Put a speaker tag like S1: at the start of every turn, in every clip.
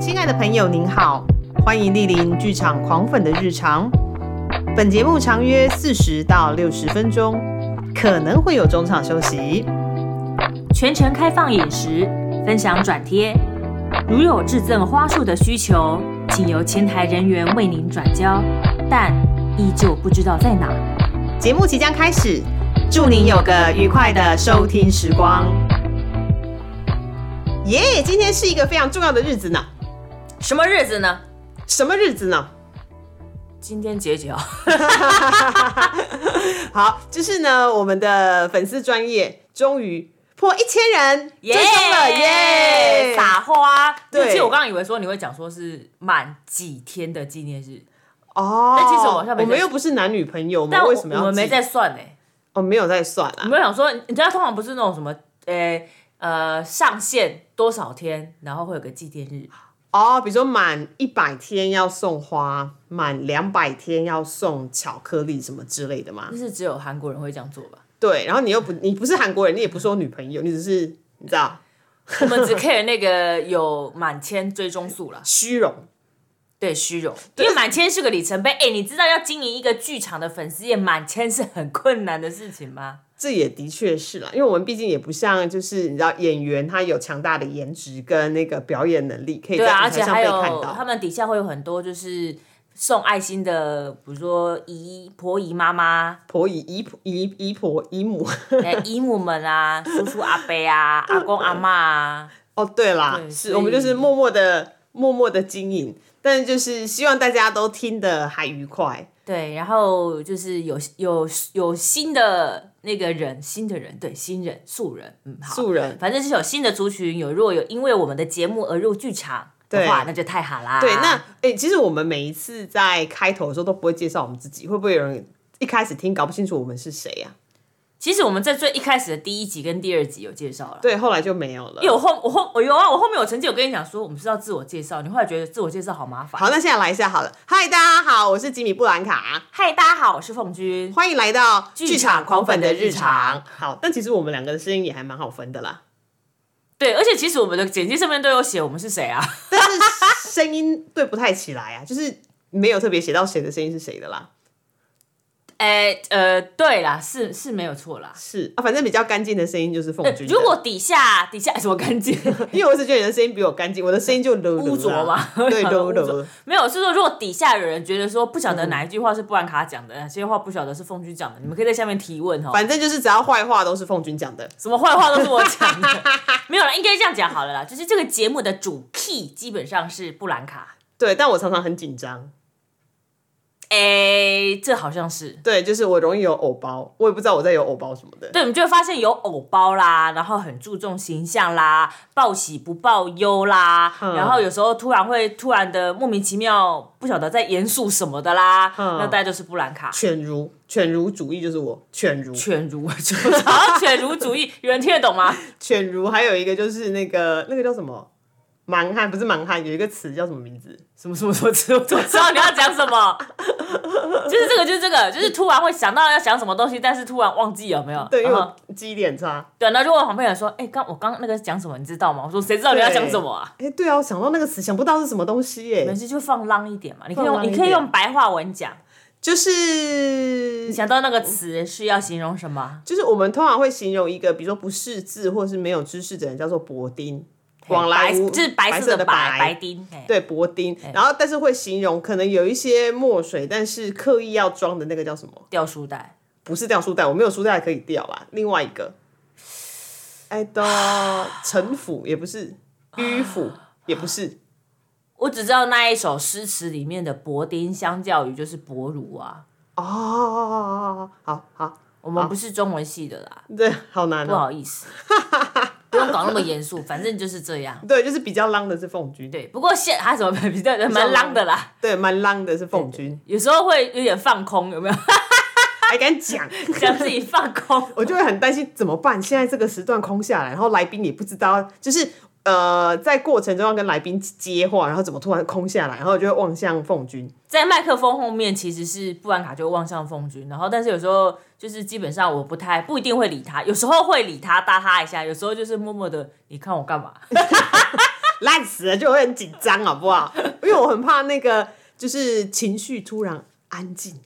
S1: 亲爱的朋友，您好，欢迎莅临剧场狂粉的日常。本节目长约四十到六十分钟，可能会有中场休息。
S2: 全程开放饮食，分享转贴。如有致赠花束的需求，请由前台人员为您转交，但依旧不知道在哪。
S1: 节目即将开始，祝您有个愉快的收听时光。耶、今天是一个非常重要的日子呢。
S2: 什么日子呢？
S1: 什么日子呢？
S2: 今天解决哦。
S1: 好，就是呢，我们的粉丝专业终于破一千人追踪了，耶、
S2: 撒花！
S1: 对
S2: 其实我刚刚以为说你会讲说是满几天的纪念日，
S1: 哦，
S2: 但其实我好像没在
S1: 们又不是男女朋友，我
S2: 但
S1: 们
S2: 我
S1: 为什么要
S2: 我们没
S1: 记
S2: 在算呢、
S1: 哦，没有在算
S2: 我
S1: 啊。
S2: 们想说，你知道通常不是那种什么，呃、呃，上线多少天，然后会有个纪念日。
S1: 哦，比如说满一百天要送花，满两百天要送巧克力什么之类的嘛
S2: 就。是只有韩国人会这样做吧？
S1: 对，然后你又不，你不是韩国人，你也不是我女朋友，你只是你知道
S2: 我们只 care 那个有满千追踪数啦，
S1: 虚荣。
S2: 对虚荣，因为满千是个里程碑。哎、你知道要经营一个剧场的粉丝页满千是很困难的事情吗？
S1: 这也的确是啦，因为我们毕竟也不像，就是你知道演员他有强大的颜值跟那个表演能力，可以在
S2: 对啊，
S1: 舞
S2: 而
S1: 台
S2: 且
S1: 上
S2: 还
S1: 被看
S2: 有他
S1: 到。
S2: 们底下会有很多就是送爱心的，比如说姨婆姨妈妈、
S1: 婆姨、姨婆、姨姨婆、姨母。
S2: 哎姨母们啊、叔叔阿伯啊、阿公阿妈啊。
S1: 哦，对啦，
S2: 对所以
S1: 是我们就是默默的、默默的经营，但就是希望大家都听得还愉快。
S2: 对，然后就是有有有新的那个人，新的人，对，新人素人，嗯，好，
S1: 素人
S2: 反正是有新的族群，有若有因为我们的节目而入剧场的话，
S1: 对
S2: 那就太好啦。
S1: 对，那诶、其实我们每一次在开头的时候都不会介绍我们自己，会不会有人一开始听搞不清楚我们是谁啊呀、
S2: 其实我们在最一开始的第一集跟第二集有介绍了。
S1: 对，后来就没有了
S2: 因。为我后我后我有啊，我后面我曾经有跟你讲说，我们是要自我介绍，你后来觉得自我介绍好麻烦。
S1: 好，那现在来一下好了。嗨，大家好，我是吉米布兰卡，
S2: 嗨，大家好，我是凤君。
S1: 欢迎来到
S2: 剧场狂粉的日常。
S1: 好，但其实我们两个的声音也还蛮好分的啦，
S2: 对，而且其实我们的简介上面都有写我们是谁啊。
S1: 但是声音对不太起 来啊，就是没有特别写到谁的声音是谁的啦。
S2: 哎、呃，对啦，是是没有错啦。
S1: 是啊，反正比较干净的声音就是凤君的。
S2: 如果底下底下什么干净，
S1: 因为我一直觉得你的声音比我干净，我的声音 就 柔
S2: 污浊嘛
S1: 嘛，啊对，啊
S2: 我想
S1: 柔
S2: 说污
S1: 柔
S2: 浊。没有，是说如果底下有人觉得说不晓得哪一句话是布兰卡讲的，哪些话不晓得是凤君讲的，你们可以在下面提问哦。
S1: 反正就是只要坏话都是凤君讲的，
S2: 什么坏话都是我 讲的，没有啦，应该这样讲好了啦。就是这个节目的主 key 基本上是布兰卡，
S1: 对。但我常常很紧张，
S2: 哎，这好像是。
S1: 对，就是我容易有偶包，我也不知道我在有偶包什么的。
S2: 对，我们就会发现有偶包啦，然后很注重形象啦，报喜不报忧啦，然后有时候突然会突然的莫名其妙不晓得在严肃什么的啦，
S1: 嗯
S2: 那大概就是布兰卡。
S1: 犬儒，犬儒主义就是我，犬儒，
S2: 犬儒， 好像犬儒主义，有人听得懂吗？
S1: 犬儒。还有一个就是那个那个叫什么？蛮汉不是蛮汉，有一个词叫什么名字？
S2: 什么什么什么词，我怎么知道你要讲什么？ 就是这个，就是这个，就是突然会想到要讲什么东西，但是突然忘记有没有？
S1: 对，因
S2: 然
S1: 为
S2: 后
S1: 我记忆力很差。
S2: 对，那就问旁边人说：“哎、刚我刚那个讲什么，你知道吗？”我说：“谁知道你要讲什么啊
S1: 哎、对啊，我想到那个词，想不到是什么东西？”
S2: 没
S1: 耶，
S2: 事，就放浪一点嘛。你可以
S1: 放
S2: 用，
S1: 浪一
S2: 你
S1: 点
S2: 可以用白话文讲。
S1: 就是
S2: 你想到那个词是要形容什么？
S1: 就是我们通常会形容一个，比如说不识字或是没有知识的人，叫做薄丁，往来
S2: 白
S1: 无
S2: 就是白色
S1: 色
S2: 的白
S1: 白
S2: 白丁。哎嘿
S1: 对薄丁。然后，但是会形容可能有一些墨水，但是刻意要装的那个叫什么？
S2: 掉书袋，
S1: 不是掉书袋，我没有书袋可以掉啦。另外一个，哎的城府也不是，
S2: 啊
S1: 迂腐也不是。
S2: 我只知道那一首诗词里面的薄丁，相较于就是薄如啊。
S1: 哦，好好，
S2: 我们不是中文系的啦，
S1: 对，好难
S2: 不
S1: 哦。
S2: 好意思，不用搞那么严肃，反正就是这样。
S1: 对，就是比较浪的是凤君，
S2: 对，不过现还什么比较蛮浪的啦，
S1: 对，蛮浪的是凤君。
S2: 有时候会有点放空，有没有？
S1: 还敢讲？
S2: 讲自己放空，
S1: 我就会很担心怎么办？现在这个时段空下来，然后来宾也不知道，就是呃，在过程中要跟来宾接话，然后怎么突然空下来，然后我就会望向凤君。
S2: 在麦克风后面其实是布兰卡就望向凤君，然后但是有时候就是基本上我不太不一定会理他，有时候会理他搭他一下，有时候就是默默的你看我干嘛？
S1: 烂死了就会很紧张，好不好？因为我很怕那个就是情绪突然安静。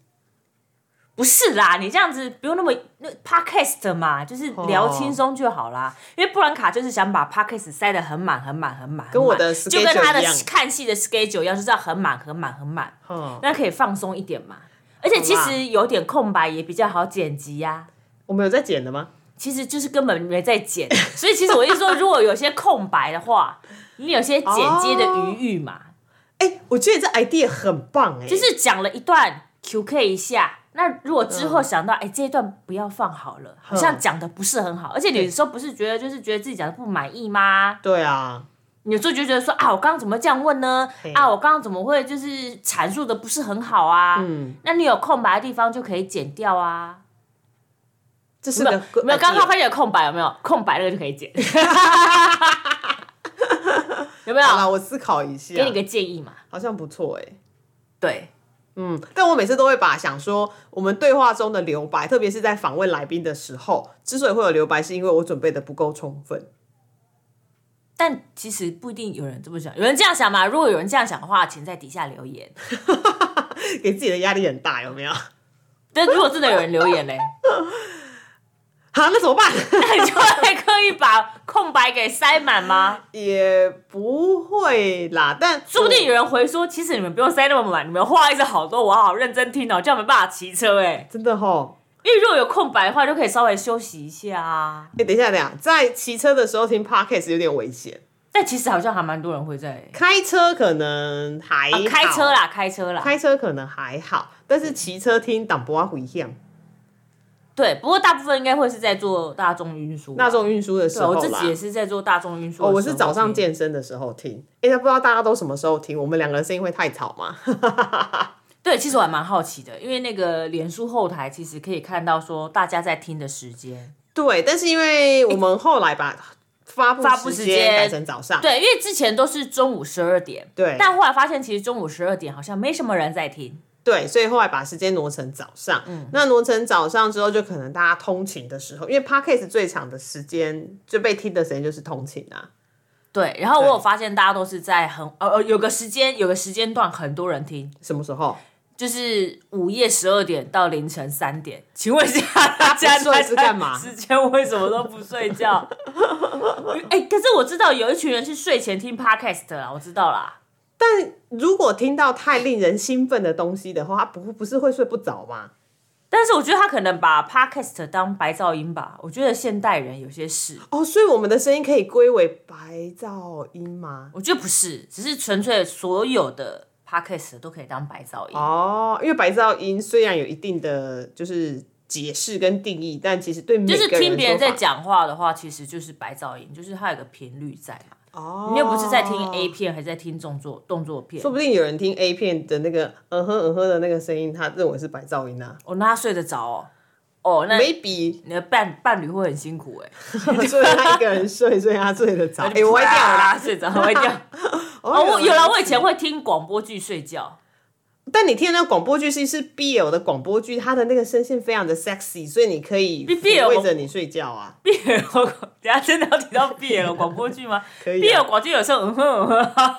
S2: 不是啦，你这样子不用那么那 podcast 嘛，就是聊轻松就好啦。因为布兰卡就是想把 podcast 塞得很满、很满、很满，
S1: 跟我的
S2: 很满就跟他
S1: schedule
S2: 的
S1: 一样
S2: 看戏的 schedule 一样，就是要很满、很满、很满，
S1: 嗯，
S2: 那可以放松一点嘛。而且其
S1: 好啦
S2: 实有点空白也比较好剪辑呀、
S1: 我们有在剪的吗？
S2: 其实就是根本没在剪，所以其实我一说，如果有些空白的话，你有些剪接的余裕嘛，
S1: 哎、我觉得这 idea 很棒哎、
S2: 就是讲了一段 QK 一下。那如果之后想到，
S1: 嗯
S2: 哎、这一段不要放好了，好像讲的不是很好，而且你有时候不是觉得就是觉得自己讲的不满意吗？
S1: 对啊，
S2: 你有时候就觉得说啊，我刚刚怎么这样问呢
S1: 嘿？
S2: 啊，我刚刚怎么会就是阐述的不是很好啊？
S1: 嗯，
S2: 那你有空白的地方就可以剪掉啊。
S1: 这是
S2: 没
S1: 个呃
S2: 有没有，刚刚发现有空白，有没有？空白那个就可 以剪，有没有
S1: 好？啦，我思考一下，
S2: 给你个建议嘛。
S1: 好像不错哎、
S2: 对，
S1: 嗯，但我每次都会把想说我们对话中的留白，特别是在访问来宾的时候，之所以会有留白，是因为我准备的不够充分。
S2: 但其实不一定有人这么想，有人这样想嘛？如果有人这样想的话，请在底下留言。
S1: 给自己的压力很大，有没有？ 好，
S2: 但如果真的有人留 言嘞，
S1: 那怎么办？
S2: 那你就会刻意把空白给塞满吗？
S1: 也不会啦，但
S2: 说不定有人回说，其实你们不用塞那么满，你们话一直好多，我好认真听哦，这样没办法骑车哎、
S1: 真的吼。
S2: 因为如果有空白的话，就可以稍微休息一下啊。
S1: 哎、等一下，等一下，在骑车的时候听 podcast 有点危险，
S2: 但其实好像还蛮多人会在、
S1: 开车可能还、
S2: 啊开车，啦，开车啦，
S1: 开车可能还好，但是骑车听党博啊回响，
S2: 对，不过大部分应该会是在做大众运输。
S1: 大众运输的时
S2: 对
S1: 候
S2: 我
S1: 啦。
S2: 自己也是在做大众运输的时候、
S1: 哦，我是早上健身的时候听，哎、不知道大家都什么时候听？我们两个人声音会太吵吗？
S2: 对，其实我还蛮好奇的，因为那个脸书后台其实可以看到说大家在听的时间。
S1: 对，但是因为我们后来把发布
S2: 发布
S1: 时
S2: 时间
S1: 间改成早上，
S2: 对，因为之前都是中午十二点，
S1: 对
S2: 但后来发现其实中午十二点好像没什么人在听。
S1: 对，所以后来把时间挪成早上。
S2: 嗯
S1: 那挪成早上之后，就可能大家通勤的时候，因为 podcast 最长的时间就被听的时间就是通勤啊。
S2: 对，然后我
S1: 对
S2: 有发现大家都是在很呃呃有个时间有个时间段很多人听，
S1: 什么时候？
S2: 就是午夜十二点到凌晨三点。请问一下， 大家
S1: 不睡是干嘛
S2: 时间为什么都不睡 觉？哎、可是我知道有一群人是睡前听 podcast 啦，我知道啦。
S1: 如果听到太令人兴奋的东西的话，他不不是会睡不着吗？
S2: 但是我觉得他可能把 podcast 当白噪音吧。我觉得现代人有些是，
S1: 哦，所以我们的声音可以归为白噪音吗？
S2: 我觉得不是，只是纯粹所有的 podcast 都可以当白噪音。
S1: 哦，因为白噪音虽然有一定的就是解释跟定义，但其实对每个
S2: 就
S1: 人
S2: 是听别人在
S1: 说法
S2: 讲话的话，其实就是白噪音，就是它有个频率在嘛。
S1: 哦，
S2: 你又不是在听 A 片，还在听动作动作片。
S1: 说不定有人听 A 片的那个嗯哼嗯哼的那个声音，他认为是白噪音啊
S2: 哦，那他睡得着哦。哦，那
S1: ，maybe
S2: 你的伴伴侣会很辛苦哎、
S1: 所以 他一个人睡，所以他睡得着。哎、我歪掉了
S2: 啦，
S1: 啦！
S2: 睡着我会掉。哦，
S1: 哦
S2: 我有了，我以前会听广播剧睡觉。
S1: 但你听那个广播剧是是 BL 的广播剧，它的那个声线非常的 sexy，所以你可以
S2: BL
S1: 抚慰着你睡觉啊。
S2: BL 广，等一下真的要提到 BL 广播剧吗
S1: 可以啊
S2: ？BL 广播剧有时候嗯哼嗯哼，
S1: 啊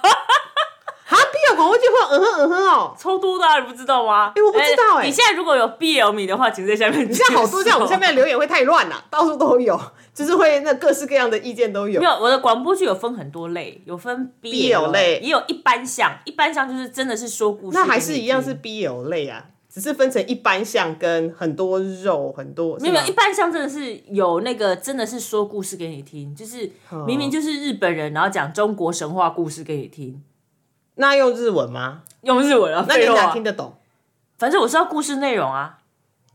S1: ，BL 广播剧会有嗯哼嗯哼哦，
S2: 超多的啊、你不知道吗？
S1: 哎我不知道哎
S2: 你现在如果有 BL 迷的话，请在下面。你
S1: 这样好
S2: 哦
S1: 多，这样我们下面的留言会太乱了，到处都有，就是会那各式各样的意见都有
S2: 没。有，我的广播剧有分很多类，有分 BL
S1: 类
S2: 也有一般项，一般项就是真的是说故事给你
S1: 那
S2: 听，
S1: 还是一样是 BL 类啊，只是分成一般项跟很多肉很多。
S2: 没有，
S1: 是
S2: 没
S1: 吗
S2: 有一般像真的是有那个，真的是说故事给你听，就是
S1: 哦
S2: 明明就是日本人，然后讲中国神话故事给你听，
S1: 那用日文吗？
S2: 用日文啊，
S1: 那你
S2: 废话
S1: 哪听得懂？
S2: 反正我知道故事内容啊，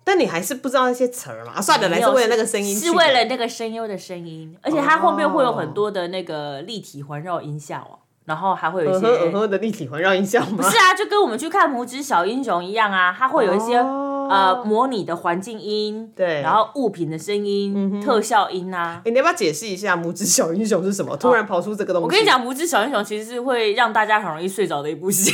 S1: 但你还是不知道那些词儿嘛？啊，算了，来是为了那个声音去
S2: 是
S1: 的，
S2: 为了那个声优的声音，而且它后面会有很多的那个立体环绕音效哦，然后还会有一
S1: 嗯
S2: 些，
S1: 哼嗯哼的立体环绕音效吗？
S2: 不是啊，就跟我们去看《拇指小英雄》一样啊，它会有一些、
S1: 哦
S2: 呃模拟的环境音，
S1: 对嗯
S2: 然后物品的声音、特效音啊。
S1: 诶你要不要解释一下拇指小英雄是什么？突然跑出这个东西，
S2: 哦我跟你，讲，《拇指小英雄》其实是会让大家很容易睡着的一部戏。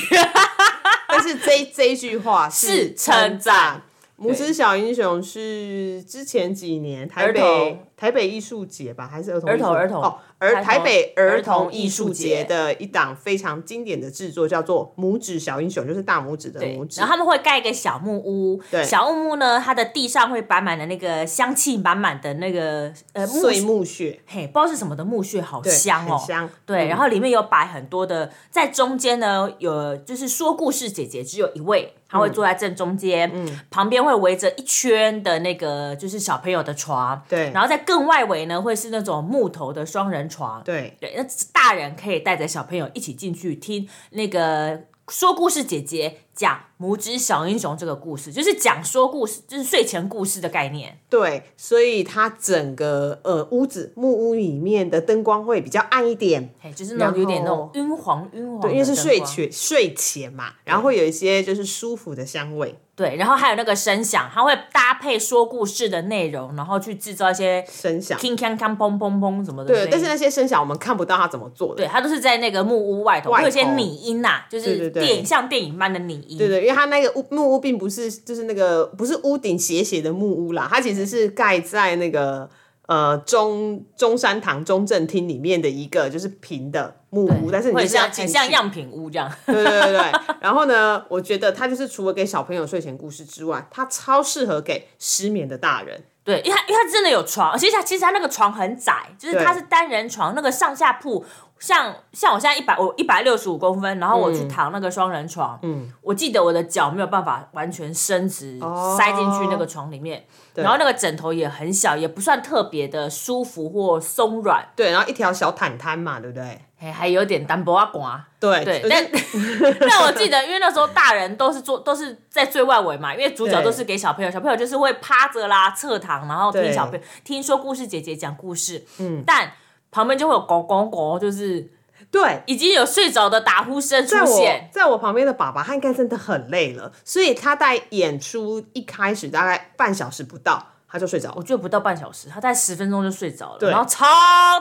S1: 但是这这一句话
S2: 是称赞。
S1: 拇指小英雄是之前几年台
S2: 儿童
S1: 北台北艺术节吧，还是儿童
S3: 儿童
S1: 艺术
S3: 儿童
S1: 哦，儿
S3: 儿童
S1: 台北儿
S3: 儿
S1: 童
S3: 童
S1: 艺
S3: 艺
S1: 术
S3: 术
S1: 节
S3: 节
S1: 的一档非常经典的制作，叫做《拇指小英雄》，就是大拇指的
S3: 对
S1: 拇，指
S2: 然后。他们会盖一个小木屋，
S1: 对
S2: 小木屋呢，它的地上会摆满了那个香气满满的那个呃木
S1: 碎木屑，
S2: 嘿，不知道是什么的木屑，好
S1: 对
S2: 香哦，
S1: 很香。
S2: 对，
S1: 嗯
S2: 然后里面有摆很多的，在中间呢有就是说故事姐姐只有一位，她
S1: 嗯
S2: 会坐在正中间，旁边会围着一圈的那个就是小朋友的床，
S1: 对
S2: 然后在更外围呢会是那种木头的双人床，
S1: 对
S2: 对，那大人可以带着小朋友一起进去听那个说故事姐姐讲《拇指小英雄》这个故事，就是讲说故事，就是睡前故事的概念。
S1: 对，所以它整个呃屋子木屋里面的灯光会比较暗一点，
S2: 嘿，哎就是那
S1: 然后
S2: 种有点那种晕黄晕黄的灯光，
S1: 对，因为是睡前睡前嘛，然后会有一些就是舒服的香味，
S2: 对，然后还有那个声响，它会搭配说故事的内容，然后去制造一些
S1: 声响。
S2: king king king 砰砰砰什么的
S1: 对
S2: 声，音。
S1: 但是那些声响我们看不到它怎么做的。
S2: 对，它都是在那个木屋外头，
S1: 外头
S2: 会有一些拟音呐、就
S1: 对
S2: 是
S1: 对对
S2: 电影像电影般的拟音。
S1: 对对，因为它那个屋木屋并不是就是那个不是屋顶斜斜的木屋啦，它其实是盖在那个呃中中山堂中正厅里面的一个就是平的木屋，但是你
S2: 会
S1: 就
S2: 很
S1: 是要
S2: 像
S1: 进
S2: 很
S1: 去
S2: 像样品屋这样。
S1: 对对对对。 然后呢，我觉得它就是除了给小朋友睡前故事之外，它超适合给失眠的大人。
S2: 对，因为它因为它真的有床，而且它其实它那个床很窄，就是
S1: 对
S2: 它是单人床，那个上下铺，像像我现在一百我一百六十五公分，然后我
S1: 嗯
S2: 去躺那个双人床，嗯，我记得我的脚没有办法完全伸直、
S1: 哦
S2: 塞进去那个床里面，然后那个枕头也很小，也不算特别的舒服或松软，
S1: 对，然后一条小毯毯嘛，对不对？
S2: 嘿，还有点单薄啊刮。
S1: 对
S2: 对
S1: 我，
S2: 但
S1: 就
S2: 但我记得，因为那时候大人都是坐都是在最外围嘛，因为主角
S1: 对
S2: 都是给小朋友，小朋友就是会趴着啦、侧躺，然后
S1: 对
S2: 听小朋友听说故事姐姐讲故事。嗯，但旁边就会有狗狗狗，就是
S1: 对，
S2: 已经有睡着的打呼声
S1: 在
S2: 出
S1: 我
S2: 现。
S1: 在我旁边的爸爸，他应该真的很累了，所以他在演出一开始大概半小时不到，他就睡着
S2: 我
S1: 了。
S2: 觉得不到半小时，他在十分钟就睡着了，
S1: 对
S2: 然后超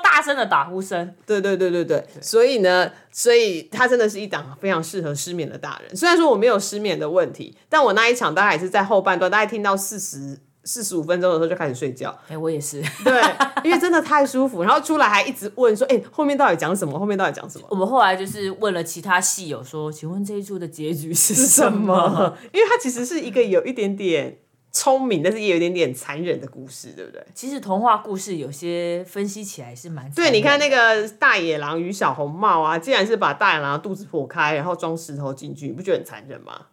S2: 大声的打呼声，
S1: 对对对对对，所以呢，所以他真的是一档非常适合失眠的大人。虽然说我没有失眠的问题，但我那一场大概也是在后半段，大概听到四十。四十五分钟的时候就开始睡觉，
S2: 哎、我也是。
S1: 对， 因为真的太舒服。然后出来还一直问说：“哎、后面到底讲什么？后面到底讲什么？”
S2: 我们后来就是问了其他戏友说，请问这一出的结局是
S1: 是什
S2: 什么？
S1: 么？ 因为它其实是一个有一点点聪明，但是也有一点点残忍的故事，对不对？
S2: 其实童话故事有些分析起来是蛮残
S1: 对，你看
S2: 忍的
S1: 那个大野狼与小红帽啊，竟然是把大野狼的肚子剖开，然后装石头进去，你不觉得很残忍吗？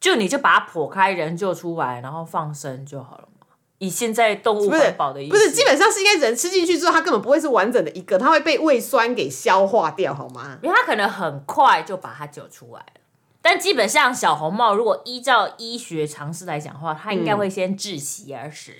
S2: 就你就把它剖开，人救出来，然后放生就好了嘛。以现在动物
S1: 不是
S2: 环保的意，思，
S1: 不是，基本上是应该人吃进去之后，它根本不会是完整的一个，它会被胃酸给消化掉，好吗？
S2: 因为它可能很快就把它救出来了。但基本上，小红帽如果依照医学常识来讲的话，它应该会先窒息而死。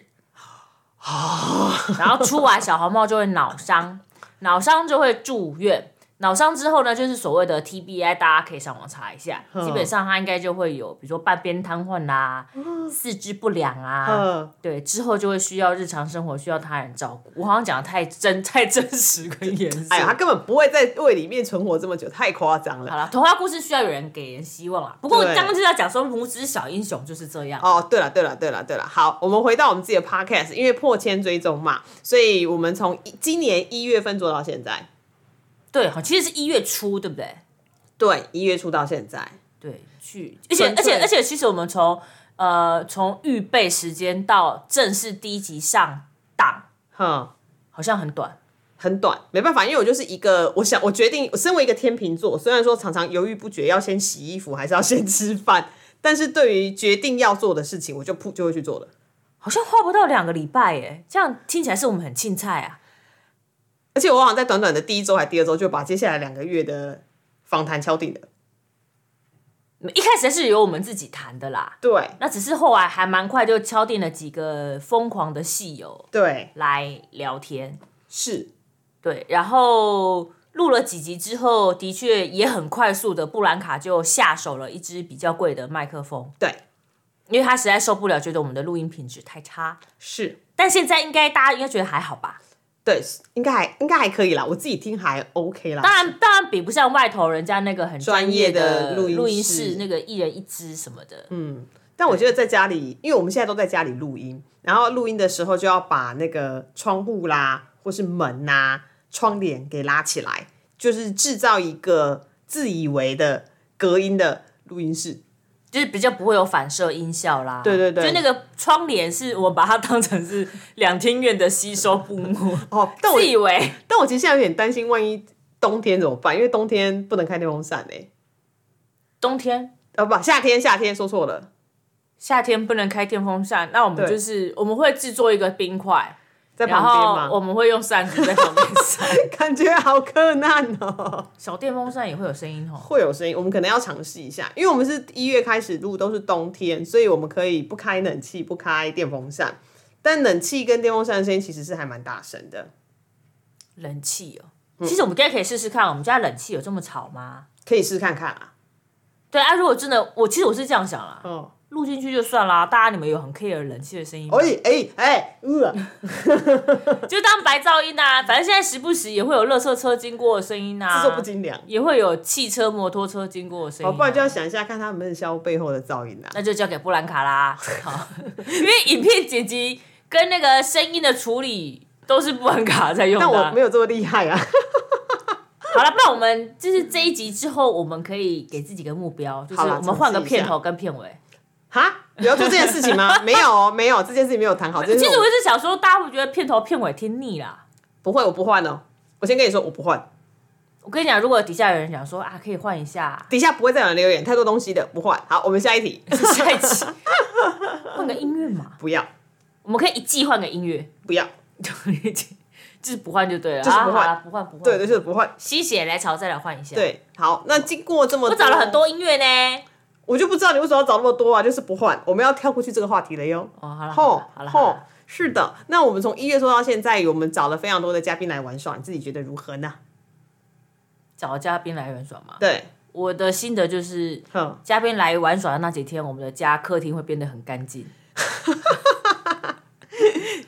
S2: 然后出来，小红帽就会脑伤，脑伤就会住院。脑伤之后呢，就是所谓的 TBI，大家可以上网查一下。
S1: 嗯
S2: 基本上它应该就会有，比如说半边瘫痪啦、四肢不良啊，
S1: 哦嗯，
S2: 对，之后就会需要日常生活需要他人照顾。我好像讲的太真 太真实跟严肃。
S1: 哎呀，它根本不会在胃里面存活这么久，太夸张
S2: 好
S1: 了。
S2: 了，童话故事需要有人给人希望啊。不过我
S1: 对
S2: 刚刚就要讲说，拇指小英雄就是这样。
S1: 哦，对了，对了，对了，对了，好，我们回到我们自己的 podcast，因为破千追踪嘛，所以我们从一今年一月份做到现在，
S2: 对，好，其实是一月初，对不对？
S1: 对，一月初到现在，
S2: 对，去，而且而且而且，其实我们从呃从预备时间到正式第一集上档，
S1: 哼，
S2: 好像很短。
S1: 很短，没办法，因为我就是一个，我想我决定，我身为一个天秤座，虽然说常常犹豫不决，要先洗衣服还是要先吃饭， 但是对于决定要做的事情，我就扑就会去做了。
S2: 好像花不到两个礼拜耶，这样听起来是我们很青菜啊。
S1: 而且我好像在短短的第一周还第二周，就把接下来两个月的访谈敲定了。
S2: 一开始是由我们自己谈的啦，
S1: 对
S2: 那只是后来还蛮快就敲定了几个疯狂的戏友
S1: 对，
S2: 来聊天，
S1: 是，
S2: 对，然后录了几集之后，的确也很快速的，布兰卡就下手了一支比较贵的麦克风，
S1: 对
S2: 因为他实在受不了，觉得我们的录音品质太差。
S1: 是，
S2: 但现在应该大家应该觉得还好吧？
S1: 对，应该还应该还可以啦，我自己听还 OK 啦。
S2: 当然，当然比不上外头人家那个很
S1: 专业的
S2: 专业
S1: 录音
S2: 录音
S1: 室
S2: 室那个一人一支什么的，嗯，
S1: 但我觉得在家里，因为我们现在都在家里录音，然后录音的时候就要把那个窗户啦，或是门呐、窗帘给拉起来，就是制造一个自以为的隔音的录音室。
S2: 就是比较不会有反射音效啦。
S1: 对对对
S2: 就那个窗帘是我把它当成是两厅院的吸收布幕，
S1: 哦， 但我
S2: 自以为
S1: 但我其实现在有点担心，万一冬天怎么办？因为冬天不能开电风扇哎、
S2: 冬天
S1: 呃，不，夏天夏天说错了，
S2: 夏天不能开电风扇，那我们
S1: 对
S2: 就是我们会制作一个冰块，
S1: 在
S2: 然
S1: 旁边
S2: 后我
S1: 嘛，
S2: 们会用扇子在旁边扇。
S1: 感觉好困难哦。
S2: 小电风扇也会有声音哦吼，
S1: 会有声音，我们可能要尝试一下，因为我们是一月开始录，都是冬天，所以我们可以不开冷气，不开电风扇。但冷气跟电风扇的声音其实是还蛮大声的，
S2: 冷气哦。
S1: 嗯
S2: 其实我们今天可以试试看，我们家冷气有这么吵吗？
S1: 可以试看看啊。
S2: 对啊，如果真的，我其实我是这样想啦，
S1: 哦，
S2: 录进去就算啦。大家你们有很 care 冷气的声音吗？
S1: 哎哎哎，呃，
S2: 就当白噪音啊，反正现在时不时也会有垃圾车经过的声音啊，
S1: 制作不精良。
S2: 也会有汽车、摩托车经过的声音、啊
S1: 好，不然就要想一下，看他们消背后的噪音啊。
S2: 那就交给布兰卡啦。好， 因为影片剪辑跟那个声音的处理都是布兰卡在用
S1: 但
S2: 的
S1: 我
S2: 啊。
S1: 没有这么厉害啊。
S2: 好了，不然我们就是这一集之后，我们可以给自己个目标，就是
S1: 好啦
S2: 我们换个
S1: 尝试一下哎
S2: 片头跟片尾。
S1: 哈，有要做这件事情 吗？没有哦，没有，这件事情没有谈好。这件
S2: 其
S1: 事
S2: 实
S1: 情
S2: 我
S1: 我
S2: 一直想说，大家会不会觉得片头片尾听腻啦。
S1: 不会，我不换哦。我先跟你说，我不换。
S2: 我跟你讲，如果底下有人讲说啊，可以换一下
S1: 底下不会再有人留言，太多东西的，不换。好，我们下一题，
S2: 下一集，换个音乐嘛，
S1: 不要，
S2: 我们可以一季换个音乐。
S1: 不要，
S2: 就是不换就对了，
S1: 就是不换
S2: 啊好啦不换不换。
S1: 对对，就是不换。
S2: 吸血来潮再来换一下。，
S1: 对，好，那经过这么
S2: 我找了很，多音乐呢。
S1: 我就不知道你为什么要找那么多啊，就是不换，我们要跳过去这个话题了哟。
S2: 哦，好了，好
S1: 吼
S2: 了，好了好
S1: 吼
S2: 了，，
S1: 是的，那我们从一月做到现在，我们找了非常多的嘉宾来玩耍，你自己觉得如何呢？
S2: 找嘉宾来玩耍嘛。
S1: 对，
S2: 我的心得就是，
S1: 哼，
S2: 嘉宾来玩耍的那几天，我们的家客厅会变得很干净。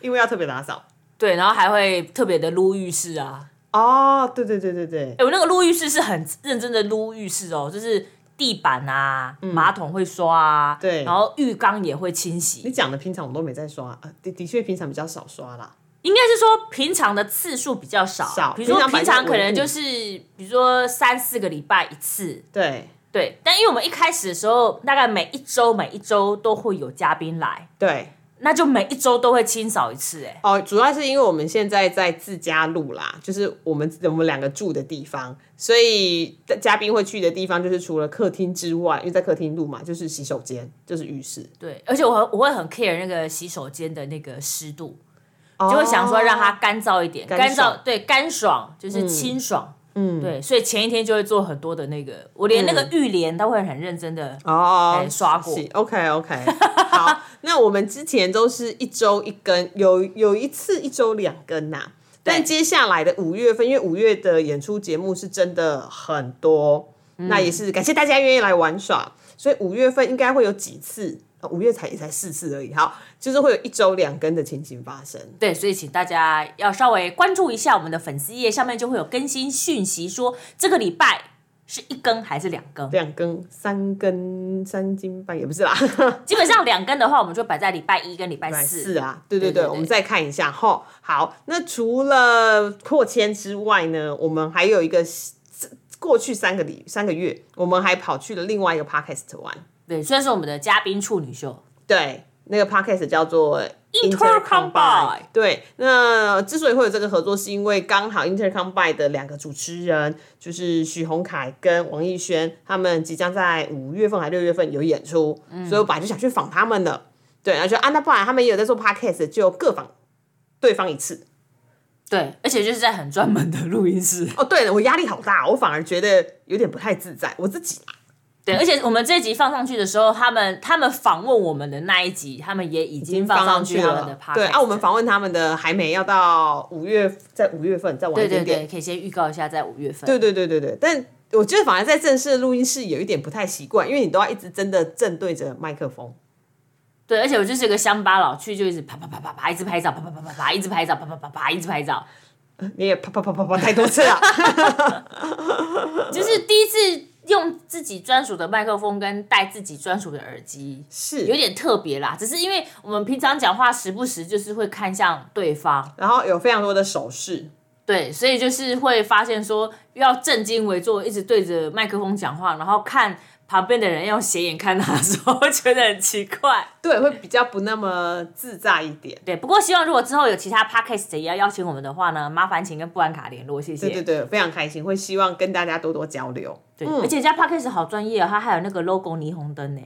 S1: 因为要特别打扫。
S2: 对，然后还会特别的撸浴室啊。
S1: 哦，对对对对对，
S2: 哎，我那个撸浴室是很认真的撸浴室哦，就是地板啊、马桶会刷啊，
S1: 嗯对
S2: 然后浴缸也会清
S1: 你
S2: 洗。
S1: 讲的平常我都没在刷，呃、的的确平常比较少刷啦。
S2: 应该是说平常的次数比较少，啊
S1: 少
S2: 比如说
S1: 平常
S2: 平常可
S1: 摆
S2: 能
S1: 在
S2: 就
S1: 文物
S2: 是比如说三四个礼拜一次，
S1: 对
S2: 对，但因为我们一开始的时候，大概每一周每一周都会有嘉宾来，
S1: 对，
S2: 那就每一周都会清扫一次、哎，
S1: 哦，主要是因为我们现在在自家录啦，就是我们我们两个住的地方，所以嘉宾会去的地方就是除了客厅之外，因为在客厅录嘛，就是洗手间，就是浴室，
S2: 对，而且我很我会很 care 那个洗手间的那个湿度，就会想说让它干燥一点，
S1: 哦干
S2: 干燥
S1: 爽
S2: 对干爽就是清爽，嗯，对，所以前一天就会做很多的那个，我连那个浴帘都会很认真的，
S1: 嗯哦、
S2: 哎刷过
S1: 洗 OK OK，好，那我们之前都是一周一根，有有一次一周两根呐、但接下来的五月份，因为五月的演出节目是真的很多，
S2: 嗯
S1: 那也是感谢大家愿意来玩耍，所以五月份应该会有几次，呃五、月才也才四次而已，好，就是会有一周两根的情形发生。
S2: 对，所以请大家要稍微关注一下我们的粉丝页，上面就会有更新讯息说这个礼拜是一更还是两更。
S1: 两根、三根、三斤半也不是啦，
S2: 基本上两根的话，我们就摆在礼拜一跟礼拜
S1: 百
S2: 四。
S1: 四啊，对对
S2: 对
S1: 对，
S2: 对
S1: 我们再看一下哈。好，那除了扩签之外呢，我们还有一个这过去三个礼三个月，我们还跑去了另外一个 podcast 玩，
S2: 对，虽然是我们的嘉宾处女秀，
S1: 对，那个 podcast 叫做。
S2: Intercombine
S1: Intercombine 对，那之所以会有这个合作，是因为刚好 Intercombine 的两个主持人就是许宏凯跟王艺轩，他们即将在五月份还六月份有演出，
S2: 嗯
S1: 所以我本来就想去访他们了。对，然后就啊，那不然他们也有在做 podcast，就各访对方一次。
S2: 对，而且就是在很专门的录音室。
S1: 哦，对了，我压力好大，我反而觉得有点不太自在，我自己啊
S2: 对，而且我们这集放上去的时候，他们他们访问我们的那一集，他们也已经放上去他们的
S1: 了
S2: p。
S1: 对啊，我们访问他们的还没，要到五月，在五月份再晚
S2: 对
S1: 一
S2: 对
S1: 点
S2: 对，
S1: 点。
S2: 可以先预告一下，在五月份。
S1: 对对对对对，但我觉得反而在正式的录音室有一点不太习惯，因为你都要一直真的正对着麦克风。
S2: 对，而且我就是个乡巴佬，去就一直啪啪啪啪啪，一直拍照，啪啪啪啪啪，一直拍照，啪啪啪啪，一直拍照。
S1: 你也啪啪啪啪啪太多次了，
S2: 就是第一次用自己专属的麦克风跟戴自己专属的耳机，
S1: 是
S2: 有点特别啦。只是因为我们平常讲话时不时就是会看向对方，
S1: 然后有非常多的手势，
S2: 对，所以就是会发现说要正襟危坐，一直对着麦克风讲话，然后看旁边的人用斜眼看他的时候，觉得很奇怪。
S1: 对，会比较不那么自在一点。
S2: 对，不过希望如果之后有其他 podcast 也要邀请我们的话呢，麻烦请跟布兰卡联络，谢谢。
S1: 对嗯对对，非常开心，会希望跟大家多多交流。
S2: 对而且人家 podcast 好专业、哦，它还有那个 logo 霓虹灯呢。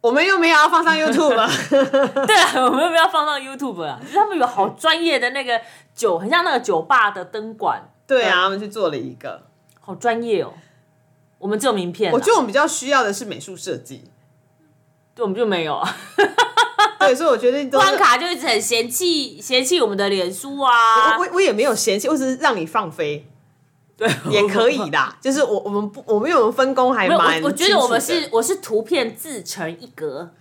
S1: 我们又没有要放 上 YouTube，
S2: 对 啊，我们要不要放到 YouTube 啊？就是他们有好专业的那个酒，很像那个酒吧的灯管，
S1: 对啊，他们去做了一个。
S2: 好专业哦。我们只有名片啦，啊
S1: 我觉得我们比较需要的是美术设计，
S2: 对我们就没 有啊。
S1: 对，所以我觉得你都是
S2: 关卡就一直很嫌弃嫌弃我们的脸书啊，
S1: 我我我也没有嫌弃，我只是让你放飞
S2: 对，
S1: 也可以的。就是我我们不，我们因为我们分工还
S2: 没有。
S1: 蛮
S2: 我我觉得我们
S1: 清楚
S2: 是
S1: 的
S2: 我是图片自成一格，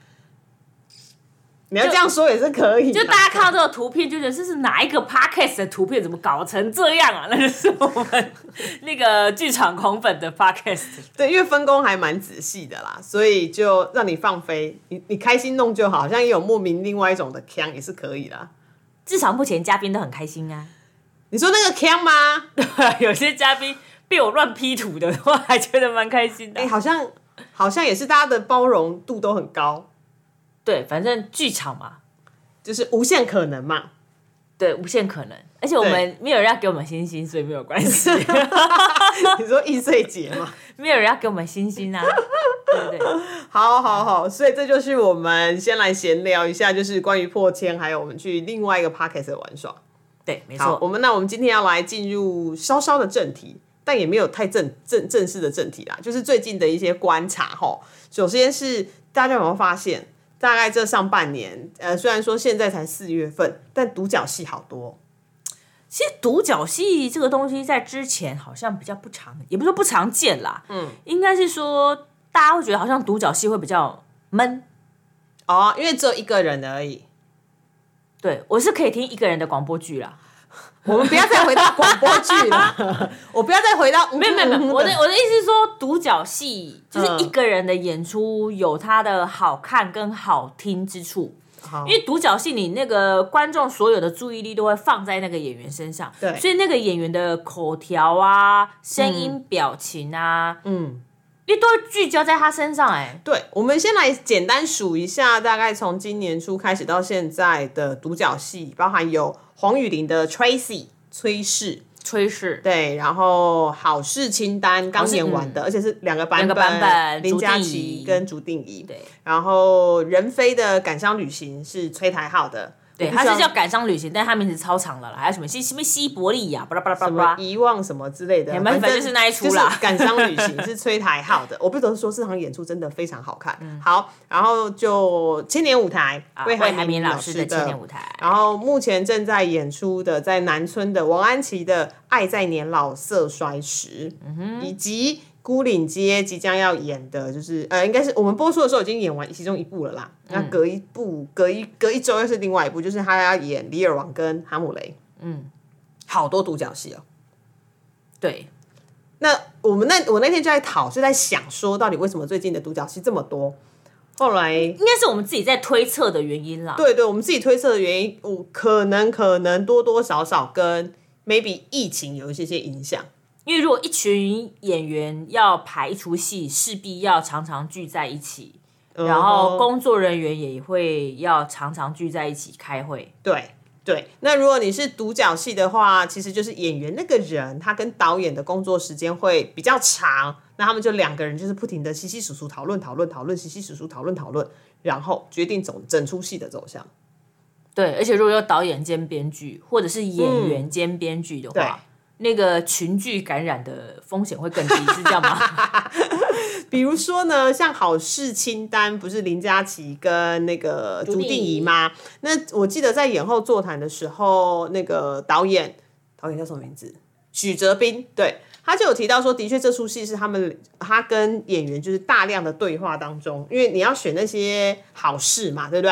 S1: 你要这样说也是可以的，
S2: 就大家看到这个图片就觉得这是哪一个 podcast 的图片，怎么搞成这样啊？那 就是我们那个剧场狂粉的 podcast。
S1: 对，因为分工还蛮仔细的啦，所以就让你放飞，你你开心弄就好，好像也有莫名另外一种的腔也是可以啦。
S2: 至少目前嘉宾都很开心啊。
S1: 你说那个腔吗？
S2: 有些嘉宾被我乱 P 图的话，还觉得蛮开心的
S1: 哎、。好像好像也是大家的包容度都很高，
S2: 对，反正剧场嘛，
S1: 就是无限可能嘛。
S2: 对，无限可能。而且我们没有人要给我们星星，所以没有关系。
S1: 你说易碎节嘛？
S2: 没有人要给我们星星啊，对不对？
S1: 好好好，所以这就是我们先来闲聊一下，就是关于破千，还有我们去另外一个 podcast 的玩耍。
S2: 对，没
S1: 好，
S2: 错。
S1: 我们那我们今天要来进入稍稍的正题，但也没有太正正正式的正题啦，就是最近的一些观察哈。首先是大家有没有发现，大概这上半年，呃，虽然说现在才四月份，但独角戏好多。
S2: 其实独角戏这个东西在之前好像比较不常，也不是说不常见啦，嗯，应该是说大家会觉得好像独角戏会比较闷。
S1: 哦，因为只有一个人而已。
S2: 对我是可以听一个人的广播剧啦，
S1: 我们不要再回到广播剧 了，我不要再回到嗯没
S2: 没有没有没有，我的我的意思是说，独角戏就是一个人的演出有它的好看跟好听之处。
S1: 好
S2: 因为独角戏，你那个观众所有的注意力都会放在那个演员身上，
S1: 对
S2: 所以那个演员的口条啊、声音、表情啊，
S1: 嗯，
S2: 因为都会聚焦在他身上、哎，
S1: 对，我们先来简单数一下，大概从今年初开始到现在的独角戏，包含有黄雨玲的 Tracy 崔氏，
S2: 吹是
S1: 对，然后好事清单刚演完的，而且是两个版
S2: 嗯两个
S1: 本，
S2: 版本
S1: 林
S2: 朱
S1: 佳
S2: 定
S1: 琪
S2: 仪
S1: 跟朱定仪，
S2: 对
S1: 然后任飞的感伤旅行是崔台浩的，
S2: 对，
S1: 我不知
S2: 他
S1: 道
S2: 是叫感伤旅行，但他名字超长了啦，还有什么西什么西伯利亚，巴拉巴拉巴
S1: 什么
S2: 拉，
S1: 遗忘什么之类的，
S2: 没
S1: 反
S2: 反正哎就是那一出啦
S1: 就是感伤旅行是崔台浩的，我不得不说这场演出真的非常好看。好，然后就青年舞台，魏
S2: 嗯啊魏
S1: 海
S2: 海
S1: 明
S2: 明
S1: 老
S2: 老
S1: 师
S2: 师
S1: 的
S2: 的青年舞台，
S1: 然后目前正在演出的，在南村的王安琪的《爱在年老色衰时》，以及孤岭街即将要演的，就是呃，应该是我们播出的时候已经演完其中一部了啦。那隔一部，隔一隔一周又是另外一部，就是他要演李尔王跟哈姆雷。嗯，好多独角戏哦。
S2: 对，
S1: 那我们那我那天就在讨，就在想说，到底为什么最近的独角戏这么多？后来
S2: 应该是我们自己在推测的原因啦。
S1: 对对，我们自己推测的原因，我可能可能多多少少跟 maybe 疫情有一些些影响。
S2: 因为如果一群演员要排一出戏，势必要常常聚在一起，呃然后工作人员也会要常常聚在一起开会。
S1: 对对，那如果你是独角戏的话，其实就是演员那个人，他跟导演的工作时间会比较长，那他们就两个人就是不停的稀稀疏疏讨论讨论讨论，稀稀疏疏讨论讨论，然后决定整整出戏的走向。
S2: 对，而且如果有导演兼编剧，或者是演员兼编剧的话，那个群聚感染的风险会更低，是这样 吗？
S1: 比如说呢，像好事清单不是林佳琪跟那个朱定
S2: 定
S1: 仪
S2: 仪
S1: 吗？那我记得在演后座谈的时候，那个导演导演叫什么名字？许哲斌，对，他就有提到说，的确这出戏是他们他跟演员就是大量的对话当中，因为你要选那些好事嘛，对不对？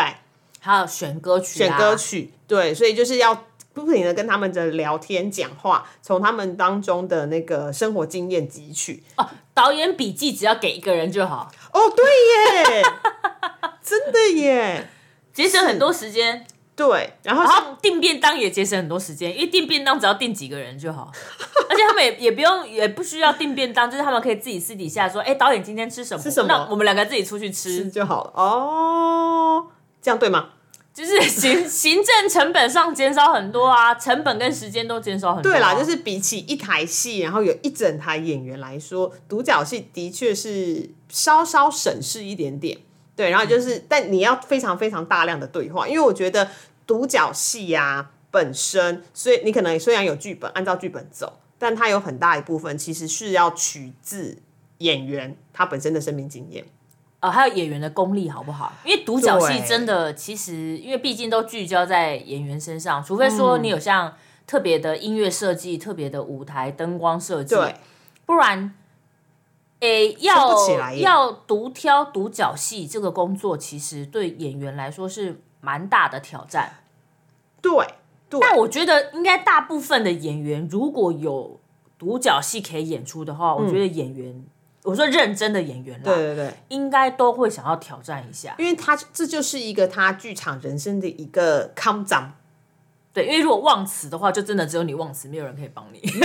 S2: 还有选歌曲、啊，
S1: 选歌，曲，对，所以就是要不停的跟他们的聊天讲话，从他们当中的那个生活经验汲取。
S2: 哦，导演笔记只要给一个人就好，
S1: 哦，对耶，真的耶，
S2: 节省很多时间。
S1: 对。然后
S2: 然
S1: 像
S2: 后订便当也节省很多时间，因为订便当只要订几个人就好， 而且他们也也不用也不需要订便当，就是他们可以自己私底下说，哎、导演今天吃什么？
S1: 吃什么
S2: 那我们两个自己出去吃，
S1: 就好了哦，这样对吗？
S2: 就是行行政成本上减少很多啊，成本跟时间都减少很多啊、
S1: 对啦，就是比起一台戏，然后有一整台演员来说，独角戏的确是稍稍省事一点点。对，然后就是，但你要非常非常大量的对话，因为我觉得独角戏呀、本身，所以你可能虽然有剧本，按照剧本走，但它有很大一部分其实是要取自演员他本身的生命经验。
S2: 呃，还有演员的功力好不好？因为独角戏
S1: 对
S2: 真的，其实因为毕竟都聚焦在演员身上，除非
S1: 嗯
S2: 说你有像特别的音乐设计、特别的舞台灯光设计，
S1: 对，
S2: 不然，诶、要
S1: 撑不起来耶
S2: 要独挑独角戏这个工作，其实对演员来说是蛮大的挑战。
S1: 对，对，
S2: 但我觉得应该大部分的演员如果有独角戏可以演出的话，我觉得演员，我说认真的演员
S1: 嗯对
S2: 啦，
S1: 对对。
S2: 应该都会想要挑战一下。
S1: 因为他这就是一个他剧场人生的一个康长，
S2: 对，因为如果忘词的话，就真的只有你忘词，没有人可以帮你，
S1: 嗯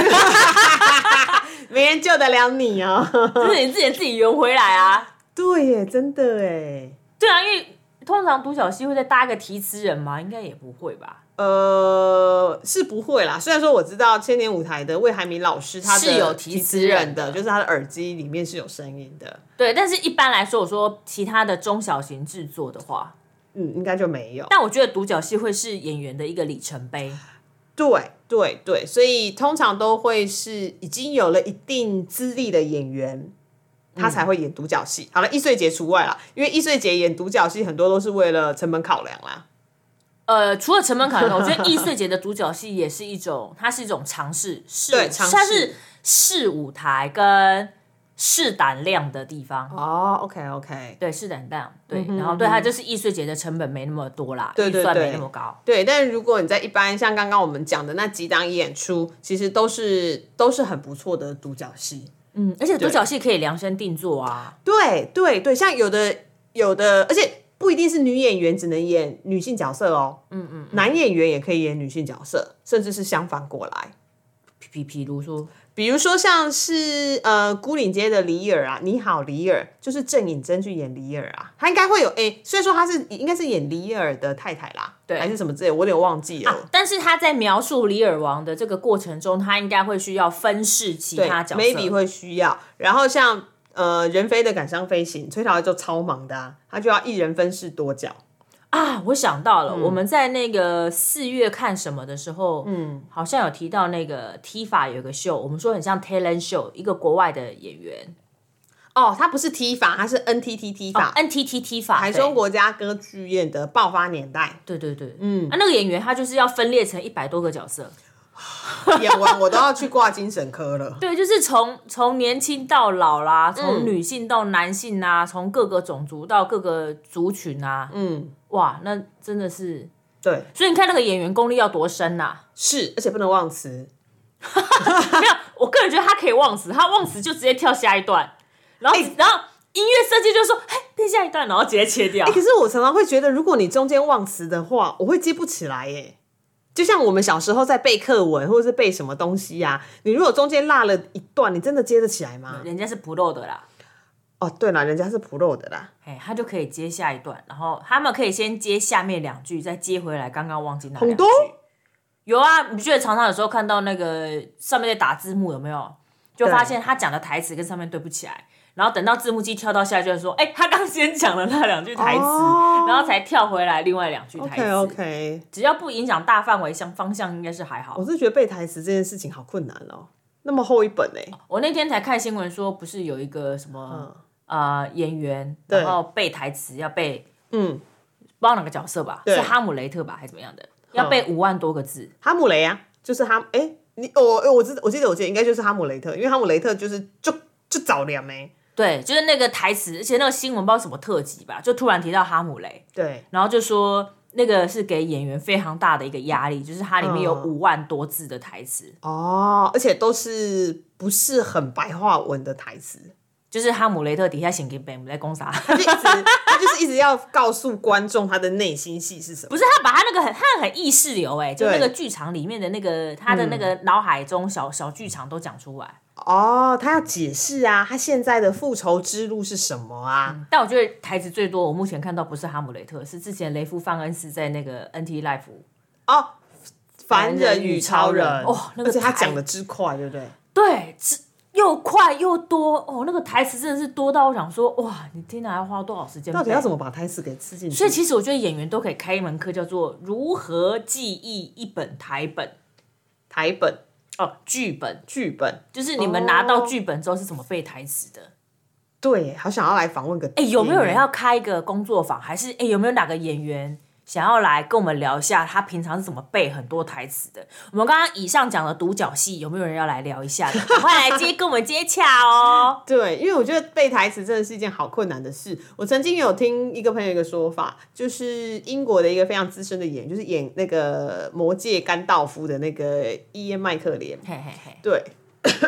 S1: 没人救得了你哦。
S2: 就是你自己自己圆回来啊。
S1: 对耶，真的哎。
S2: 对啊，因为通常独角戏会再搭一个提词人吗？应该也不会吧？
S1: 呃，是不会啦。虽然说我知道千年舞台的魏海敏老师，他的
S2: 是有提
S1: 提
S2: 词
S1: 词
S2: 人
S1: 人
S2: 的
S1: 的，就是他的耳机里面是有声音的。
S2: 对，但是一般来说，我说其他的中小型制作的话，
S1: 嗯，应该就没有。
S2: 但我觉得独角戏会是演员的一个里程碑。
S1: 对对对，所以通常都会是已经有了一定资历的演员，他才会演独角戏。好了，易碎节除外啦，因为易碎节演独角戏很多都是为了成本考量啦。
S2: 呃，除了成本考量，我觉得易碎节的独角戏也是一种，它是一种尝试，试
S1: 对尝试
S2: 它是试舞台跟试胆量的地方。
S1: 哦，OK OK，
S2: 对，试胆量，
S1: 嗯
S2: 对，然后对它就是易碎节的成本没那么多啦，
S1: 对对
S2: 预算没
S1: 对
S2: 那么高。
S1: 对，但如果你在一般像刚刚我们讲的那几档演出，其实都是都是很不错的独角戏。
S2: 嗯，而且独角戏可以量身定做啊。
S1: 对对对，像有的有的，而且不一定是女演员只能演女性角色哦，嗯嗯，男演员也可以演女性角色，甚至是相反过来。
S2: 比比如说，
S1: 比如说像是呃孤岭街的李尔啊，你好李尔，就是郑颖珍去演李尔啊，她应该会有诶，虽然说她是应该是演李尔的太太啦，
S2: 对
S1: 还是什么之类，我有点忘记了。
S2: 但是他在描述李尔王的这个过程中，他应该会需要分饰其他角色。
S1: maybe 会需要。然后像呃任飞的《感伤飞行》，崔桃就超忙的、啊，他就要一人分饰多角。
S2: 啊，我想到
S1: 嗯
S2: 了，我们在那个四月看什么的时候，嗯，好像有提到那个 Tifa 有一个秀，我们说很像 talent show，一个国外的演员
S1: 哦，他不是 T 法，他是 NTT T 法，
S2: ，NTT Tifa，
S1: 啊台
S2: 对
S1: 中国家歌剧院的爆发年 代
S2: 对对对，嗯，啊，那个演员他就是要分裂成一百多个角色，
S1: 演完，我都要去挂精神科了。
S2: 对，就是从从年轻到老啦，
S1: 嗯
S2: 从女性到男性啊，从各个种族到各个族群啊，
S1: 嗯，
S2: 哇，那真的是，
S1: 对，
S2: 所以你看那个演员功力要多深呐、
S1: 是，而且不能忘词。
S2: 没有，我个人觉得他可以忘词，他忘词就直接跳下一段，然后、
S1: 哎
S2: 然后音乐设计就说，哎，变下一段，然后直接切掉。
S1: 哎、可是我常常会觉得，如果你中间忘词的话，我会接不起来耶。就像我们小时候在背课文或者是背什么东西呀、啊你如果中间落了一段，你真的接得起来吗？
S2: 人家是不漏的啦，
S1: 哦，对了，人家是 pro 的啦。
S2: 哎，他就可以接下一段，然后他们可以先接下面两句，再接回来刚刚忘记哪两
S1: 很
S2: 句
S1: 多。
S2: 有啊，你不觉得常常有时候看到那个上面在打字幕有没有？就发现他讲的台词跟上面对不起来，然后等到字幕机跳到下一句的时候，哎、他刚先讲了那两句台词，
S1: 哦
S2: 然后才跳回来另外两句台词。
S1: OK OK，
S2: 只要不影响大范围向方向，应该是还好
S1: 我。是觉得背台词这件事情好困难哦，那么厚一本哎、
S2: 我那天才看新闻说，不是有一个什
S1: 嗯
S2: 么、呃演员，然后背台词要背，
S1: 嗯，
S2: 不知道哪个角色吧，是哈姆雷特吧，还是怎么样的，
S1: 嗯
S2: 要背五万多个字。
S1: 哈姆雷啊，就是哈哎、你我我知我记得我记得应该就是哈姆雷特，因为哈姆雷特就是就就早凉哎、
S2: 对，就是那个台词，而且那个新闻不知道什么特辑吧，就突然提到哈姆雷，
S1: 对
S2: 然后就说那个是给演员非常大的一个压力，就是它里面有
S1: 嗯
S2: 五万多字的台词，
S1: 哦，而且都是不是很白话文的台词，
S2: 就是哈姆雷特底下写给本姆在攻啥，
S1: 他就一直 他就是一直要告诉观众他的内心戏是什么
S2: 不。是他把他那个很他很意识流哎、就
S1: 对嗯
S2: 那个剧场里面的那个他的那个脑海中小小剧场都讲出来。
S1: 哦，他要解释啊，他现在的复仇之路是什么啊？
S2: 但我觉得台词最多，我目前看到不是哈姆雷特，是之前雷夫范恩斯在那个 NT Life
S1: 哦，凡人与超人，哦
S2: 哇那个
S1: 而且他
S2: 太
S1: 讲的之快，对不对？
S2: 对，是又快又多哦，那个台词真的是多到我想说，哇，你听了要花多少时间背？
S1: 到底要怎么把台词给吃进去？
S2: 所以其实我觉得演员都可以开一门课，叫做如何记忆一本台本
S1: 台本、
S2: 哦剧本，
S1: 剧本，
S2: 就是你们拿到剧本之后是怎么背台词的。
S1: 对耶，好想要来访问个。哎
S2: 哎、有没有人要开一个工作坊？还是哎、有没有哪个演员想要来跟我们聊一下他平常是怎么背很多台词的？我们刚刚以上讲的独角戏，有没有人要来聊一下的？赶快来接跟我们接洽哦。
S1: 对，因为我觉得背台词真的是一件好困难的事。我曾经有听一个朋友一个说法，就是英国的一个非常资深的演员，就是演那个《魔戒》甘道夫的那个伊恩麦克连，
S2: 嘿嘿嘿，
S1: 对，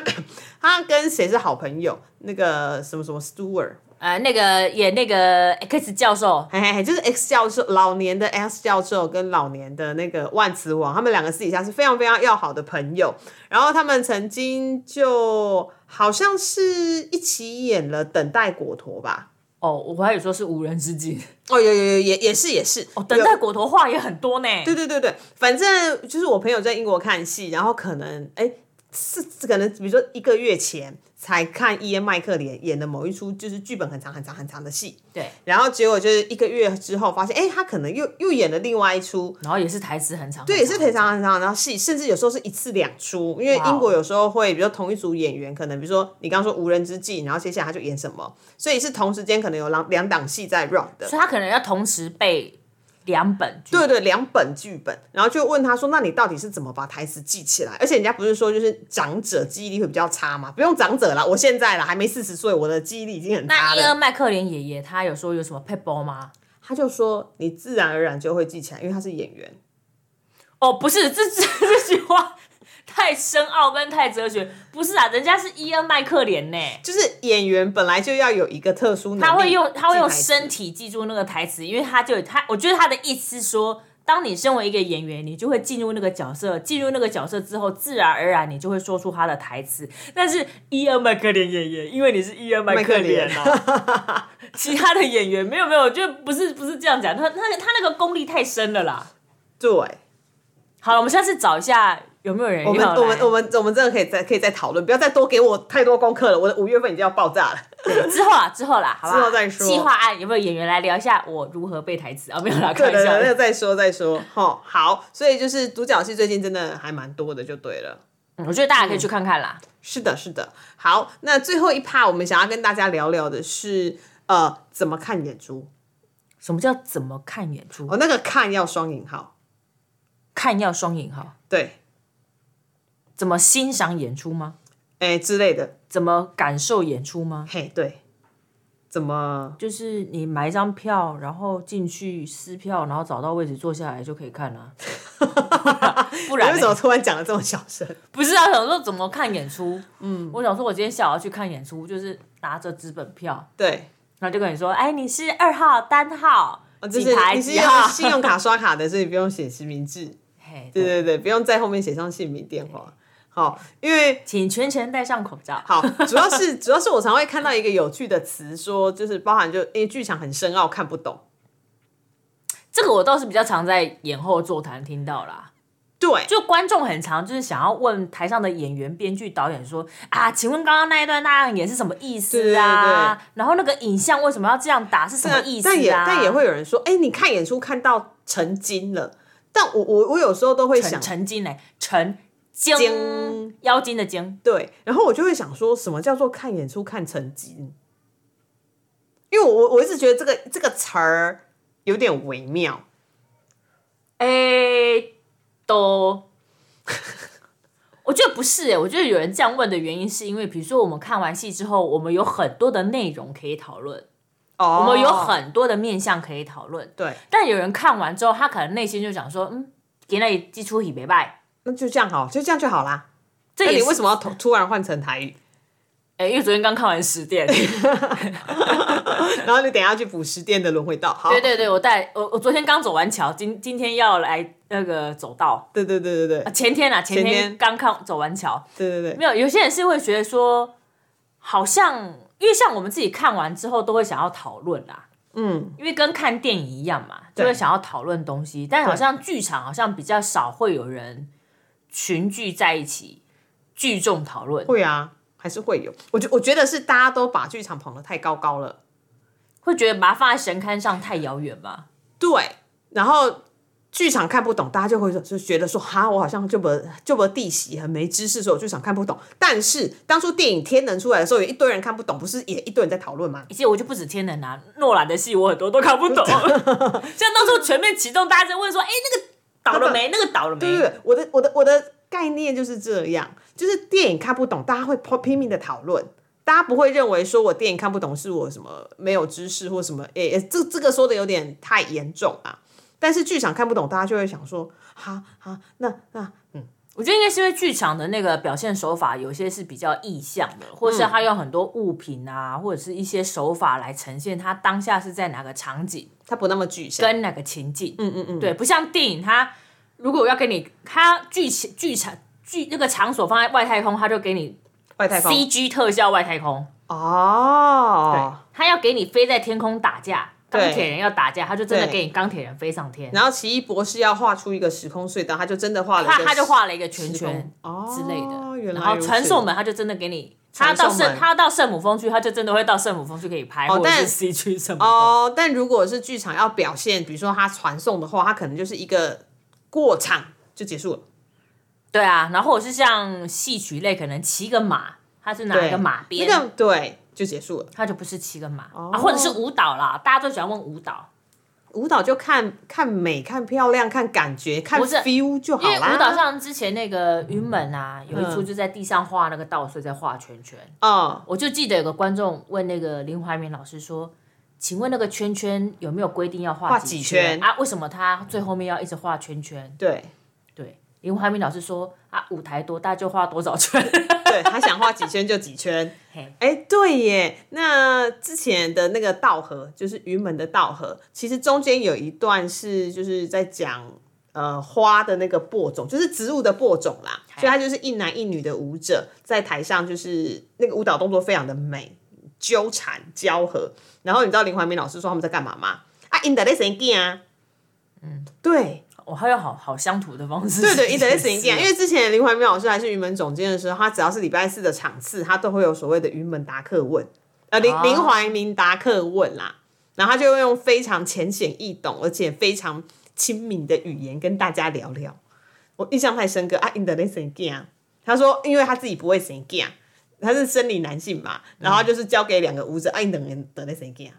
S1: 他跟谁是好朋友？那个什么什么 Stewart，
S2: 呃，那个演那个 X 教授，
S1: 嘿嘿哎嘿，就是 X 教授老年的 X 教授跟老年的那个万磁王，他们两个私底下是非常非常要好的朋友。然后他们曾经就好像是一起演了《等待果陀》吧？
S2: 哦，我还以为说是无人之境。
S1: 哦，有有有，也也是也是。哦，
S2: 等待果陀话也很多呢。
S1: 对对对对，反正就是我朋友在英国看戏，然后可能哎是是可能比如说一个月前才看伊恩麦克连演的某一出就是剧本很长很长很长的戏，
S2: 对，
S1: 然后结果就是一个月之后发现，哎，他可能又又演了另外一出，
S2: 然后也是台词很长，
S1: 对，也是非常很长很长的戏，甚至有时候是一次两出，因为
S2: 哇哦
S1: 英国有时候会，比如说同一组演员，可能比如说你刚刚说无人之境，然后接下来他就演什么，所以是同时间可能有两两档戏在 run 的。
S2: 所以他可能要同时背两本剧。
S1: 对对，两本剧本，然后就问他说：“那你到底是怎么把台词记起来？”而且人家不是说就是长者记忆力会比较差嘛？不用长者啦，我现在啦还没四十岁，我的记忆力已经很差
S2: 那伊
S1: 了。
S2: 恩麦克连爷爷他有说有什么 p e b b l 吗？
S1: 他就说：“你自然而然就会记起来，因为他是演员。
S2: 哦，不是，这 这这句话太深奥跟太哲学，不是啊，人家是伊恩麦克连呢，
S1: 就是演员本来就要有一个特殊能力，
S2: 他会用他会用
S1: 记台词
S2: 身体记住那个台词，因为他就他，我觉得他的意思说。当你身为一个演员，你就会进入那个角色，进入那个角色之后，自然而然你就会说出他的台词。但是伊恩麦克连爷爷，因为你是伊恩麦克连 啊， 其他的演员没有没有，我觉得不是不是这样讲，他他他那个功力太深了啦。
S1: 对。”
S2: 好了，我们下次找一下有没有人
S1: 我们
S2: 要来
S1: 我们我们我们真的可以再可以再讨论，不要再多给我太多功课了，我的五月份已经要爆炸了。
S2: 之后啦，之后啦，好吧，
S1: 之后再说
S2: 计划案有没有演员来聊一下我如何背台词啊？没有啦，
S1: 对
S2: 开玩
S1: 对对，
S2: 笑
S1: 那个
S2: 的。
S1: 再说再说。吼，好，所以就是独角戏最近真的还蛮多的，就对嗯了。
S2: 嗯我觉得大家可以去看看啦。
S1: 是的，是的。好，那最后一趴我们想要跟大家聊聊的是，呃，怎么看演出？
S2: 什么叫怎么看演出？
S1: 哦，那个看要双引号，
S2: 看要双引号。
S1: 对，
S2: 怎么欣赏演出吗？
S1: 哎之类的，
S2: 怎么感受演出吗？
S1: 嘿，对，怎么？
S2: 就是你买一张票，然后进去撕票，然后找到位置坐下来就可以看 啦、不
S1: 你
S2: 然
S1: 为
S2: 呢
S1: 什么突然讲的这么小声？
S2: 不是啊？想说怎么看演出？嗯，我想说，我今天下午要去看演出，就是拿着纸本票，
S1: 对，
S2: 然后就跟你说，哎，你是二号、单号，
S1: 哦就
S2: 几
S1: 是
S2: 排
S1: 你是
S2: 几
S1: 用
S2: 号？
S1: 信用卡刷卡的，所以不用写实名制。
S2: 嘿，
S1: 对对
S2: 对，
S1: 对，不用在后面写上姓名电话。好，因为
S2: 请全程戴上口罩。
S1: 好，主要是主要是我常会看到一个有趣的词，说就是包含就因为剧场很深奥，看不懂。
S2: 这个我倒是比较常在演后座谈听到啦。
S1: 对，
S2: 就观众很常就是想要问台上的演员、编剧、导演说啊，请问刚刚那一段那样演是什么意思啊？
S1: 对
S2: 然后那个影像为什么要这样打是什么
S1: 但
S2: 意思啊？
S1: 但也但也会有人说，哎、你看演出看到成精了。但我我我有时候都会想
S2: 沉，沉浸嘞，沉 精
S1: 精
S2: 妖精的精，
S1: 对，然后我就会想说什么叫做看演出看成精？因为我我我一直觉得这个这个词儿有点微妙。
S2: 哎、都。 我觉得不是哎、我觉得有人这样问的原因是因为，比如说我们看完戏之后，我们有很多的内容可以讨论，
S1: 哦
S2: 我们有很多的面向可以讨论。
S1: 对，
S2: 但有人看完之后，他可能内心就想说，嗯，给那里寄出以没拜，
S1: 那就这样好，就这样就好啦。
S2: 这
S1: 那
S2: 也
S1: 你
S2: 是
S1: 为什么要突突然换成台语？
S2: 哎、因为昨天刚看完十点，
S1: 然后你等一下去补十店的轮回道。 好，
S2: 对对对，我带我我昨天刚走完桥，今今天要来那个走道，
S1: 对对对对对
S2: 啊前天啊，前
S1: 前
S2: 天
S1: 天
S2: 刚看走完桥，
S1: 对对对，
S2: 没有，有些人是会觉得说，好像因为像我们自己看完之后都会想要讨论啦，
S1: 嗯，
S2: 因为跟看电影一样嘛，就
S1: 对
S2: 会想要讨论东西，但好像剧场好像比较少会有人群聚在一起聚众讨论，
S1: 会啊，还是会有。我觉我觉得是大家都把剧场捧得太高高了。
S2: 会觉得把它放在神龛上太遥远嘛。
S1: 对，然后剧场看不懂，大家就会说就觉得说哈，我好像就不就不地喜，很没知识，所以我剧场看不懂。但是当初电影《天能》出来的时候，有一堆人看不懂，不是也一堆人在讨论吗？
S2: 而且我就不止天能啊，诺兰的戏我很多都看不 懂，像到时候全面启动，大家在问说，哎、那个倒 了没？那个倒了没？
S1: 对对对，我的我的我的概念就是这样，就是电影看不懂，大家会拼拼命的讨论。大家不会认为说我电影看不懂是我什么没有知识或什么，诶、诶这这个说的有点太严重啊。但是剧场看不懂，大家就会想说，哈哈，那那
S2: 我觉得应该是因为剧场的那个表现手法有些是比较意象的，或者是他用很多物品啊，或者是一些手法来呈现他当下是在哪个场景
S1: 它不那么具象，
S2: 跟哪个情境。
S1: 嗯嗯嗯，
S2: 对，不像电影，它如果我要给你，它剧情剧场剧那个场所放在外太空，它就给你
S1: 外太空
S2: CG 特效外太空，
S1: 哦，
S2: 它要给你飞在天空打架，
S1: 对
S2: 钢铁人要打架，它就真的
S1: 对
S2: 给你钢铁人飞上天，
S1: 然后奇异博士要画出一个时空隧道，他就真的画了一
S2: 他
S1: 个，
S2: 他就画了一个圈
S1: 时
S2: 圈
S1: 空。哦
S2: 之类的。
S1: 原来
S2: 然后
S1: 如此
S2: 传送门，他就真的给你，他
S1: 传送
S2: 到圣
S1: 门哦
S2: 他到圣母峰去，他就真的会到圣母峰去给你拍，或者
S1: 但
S2: 是 C 区什么。
S1: 哦，但如果是剧场要表现，比如说他传送的话，他可能就是一个过场就结束了。
S2: 对啊，然后或者是像戏曲类，可能骑个马，他是拿一个马鞭，
S1: 那个对哦就结束了。
S2: 他就不是骑个马、啊，或者是舞蹈啦，大家都喜欢问舞蹈，
S1: 舞蹈就看看美、看漂亮、看感觉、看
S2: 不是
S1: feel 就
S2: 因
S1: 好
S2: 为
S1: 啦。
S2: 舞蹈像之前那个云门啊，有一出就在地上画那个倒穗，在画圈圈。
S1: 嗯，
S2: 我就记得有个观众问那个林怀民老师说：“请问那个圈圈有没有规定要画
S1: 画
S2: 几
S1: 几
S2: 圈
S1: 圈
S2: 啊？为什么他最后面要一直画圈圈？”
S1: 对
S2: 对，林怀民老师说啊，舞台多大就画多少圈。
S1: 对，他想画几圈就几圈。
S2: 嘿
S1: 哎、对耶，那之前的那个道河，就是云门的道河，其实中间有一段是就是在讲呃花的那个播种，就是植物的播种啦，所以它就是一男一女的舞者在台上，就是那个舞蹈动作非常的美，纠缠交合。然后你知道林怀民老师说他们在干嘛吗？啊，in the l i s t e n g 啊，嗯，对，
S2: 我还有好好乡土的方式。
S1: 对 的，一直在行进啊。因
S2: 为
S1: 为之前林怀民老师还是云门总监的时候，他只要是礼拜四的场次，他都会有所谓的云门答客问，呃，林
S2: 哦
S1: 林怀民答客问啦。然后他就会用非常浅显易懂，而且非常亲民的语言跟大家聊聊。我印象太深刻啊，in the l i s t e n g 啊，他说因为他自己不会 s i n g 啊，他是生理男性嘛，然后他就是交给两个舞者啊，in the the l i s t e n g 啊，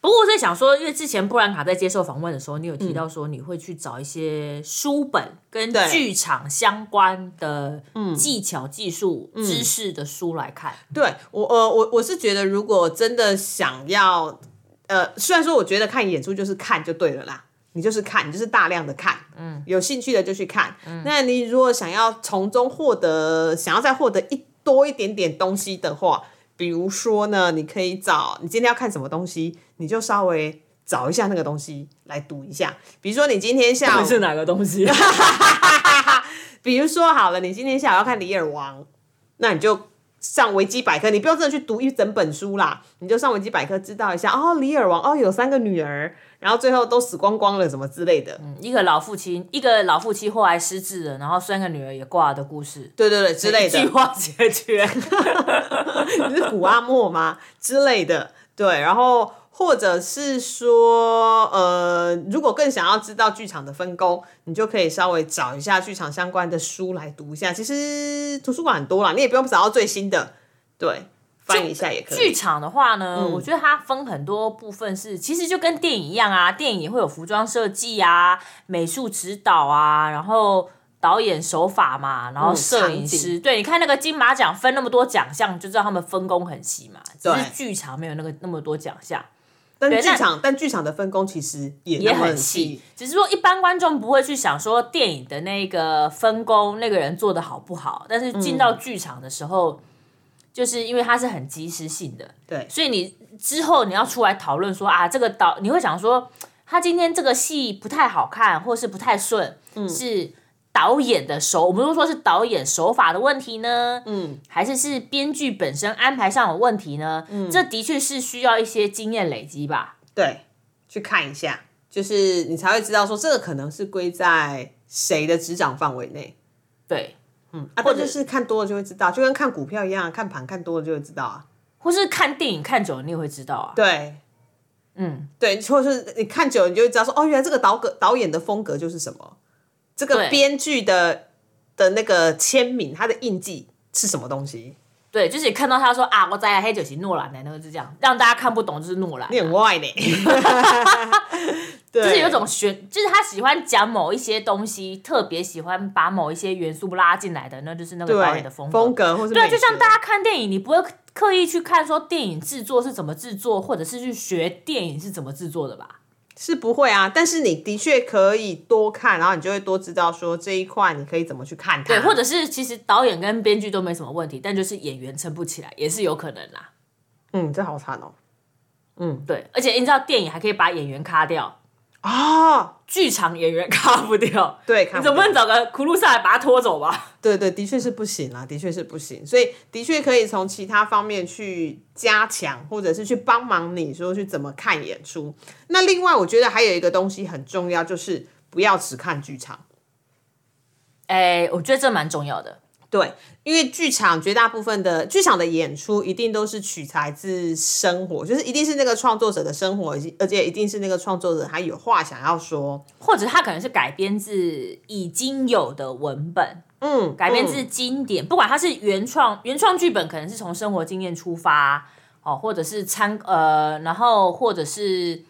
S2: 不过我在想说，因为之前布兰卡在接受访问的时候，你有提到说你会去找一些书本跟
S1: 对
S2: 剧场相关的技巧、技术、知识的书来看。
S1: 对我，呃，我我是觉得，如果真的想要，呃，虽然说我觉得看演出就是看就对了啦，你就是看，你就是大量的看，嗯，有兴趣的就去看。那你如果想要从中获得，想要再获得一多一点点东西的话，比如说呢，你可以找你今天要看什么东西，你就稍微找一下那个东西来读一下。比如说你今天下午，
S2: 哪个东西？
S1: 比如说好了，你今天下午要看《李尔王》，那你就上维基百科，你不用真的去读一整本书啦，你就上维基百科知道一下哦，《李尔王》哦有三个女儿，然后最后都死光光了什么之类的。
S2: 一个老父亲，一个老父亲后来失智了，然后三个女儿也挂了的故事
S1: 对对对，之类
S2: 一句
S1: 的，
S2: 话解决。
S1: 你是古阿莫吗？之类的，对，然后或者是说，呃，如果更想要知道剧场的分工，你就可以稍微找一下剧场相关的书来读一下。其实图书馆很多啦，你也不用找到最新的，对，嗯翻一下也可以。
S2: 剧场的话呢，我觉得它分很多部分是，其实就跟电影一样啊，电影也会有服装设计啊、美术指导啊，然后导演手法嘛，然后
S1: 嗯
S2: 摄影
S1: 场
S2: 师，对，你看那个金马奖分那么多奖项，就知道他们分工很细嘛。只
S1: 对
S2: 是剧场没有那个那么多奖项，
S1: 但
S2: 对
S1: 剧
S2: 那
S1: 场但剧场的分工其实也
S2: 也
S1: 也
S2: 很
S1: 细
S2: 细，，只是说一般观众不会去想说电影的那个分工那个人做的好不好，但是进到剧场的时候，就是因为它是很及时性的，
S1: 对
S2: 所以你之后你要出来讨论说啊，这个导你会想说他今天这个戏不太好看，或是不太顺，是导演的手，我们都说是导演手法的问题呢，嗯，还是是编剧本身安排上有问题呢？嗯，这的确是需要一些经验累积吧。
S1: 对，去看一下，就是你才会知道说这个可能是归在谁的执掌范围内。
S2: 对，
S1: 啊，或者是看多了就会知道，就跟看股票一样，看盘看多了就会知道啊。
S2: 或是看电影看久了，你也会知道啊。
S1: 对，
S2: 嗯，
S1: 对，或者是你看久了你就会知道说，哦，原来这个导个导演的风格就是什么，这个
S2: 对
S1: 编剧的的那个签名，他的印记是什么东西。
S2: 对，就是你看到他说啊，我在黑酒席诺兰的那个是这样，让大家看不懂就是诺兰，
S1: 你很坏呢， 就
S2: 就是有一种选，就是他喜欢讲某一些东西，特别喜欢把某一些元素拉进来的，那就是那个导
S1: 对
S2: 演的风格。
S1: 风格，或是
S2: 对啊，
S1: 美
S2: 就像
S1: 学
S2: 大家看电影，你不会刻意去看说电影制作是怎么制作，或者是去学电影是怎么制作的吧？
S1: 是不会啊，但是你的确可以多看，然后你就会多知道说这一块你可以怎么去看它，
S2: 对，或者是其实导演跟编剧都没什么问题，但就是演员撑不起来，也是有可能啦。
S1: 嗯，这好惨哦，
S2: 对，而且你知道电影还可以把演员卡掉，
S1: 啊，
S2: 剧场演员卡不掉。
S1: 对，看
S2: 你
S1: 不
S2: 总不
S1: 懂
S2: 能找个苦路上来把他拖走吧？
S1: 对对，的确是不行啊啦，的确是不行，所以的确可以从其他方面去加强，或者是去帮忙你说去怎么看演出。那另外，我觉得还有一个东西很重要，就是不要只看剧场。
S2: 哎、我觉得这蛮重要的。
S1: 对，因为剧场绝大部分的剧场的演出一定都是取材自生活，就是一定是那个创作者的生活，以及而且一定是那个创作者他有话想要说。
S2: 或者它可能是改编自已经有的文本，
S1: 嗯，
S2: 改
S1: 嗯
S2: 编自经典，不管它是原创，原创剧本可能是从生活经验出发，哦，或者是参呃，然后或者是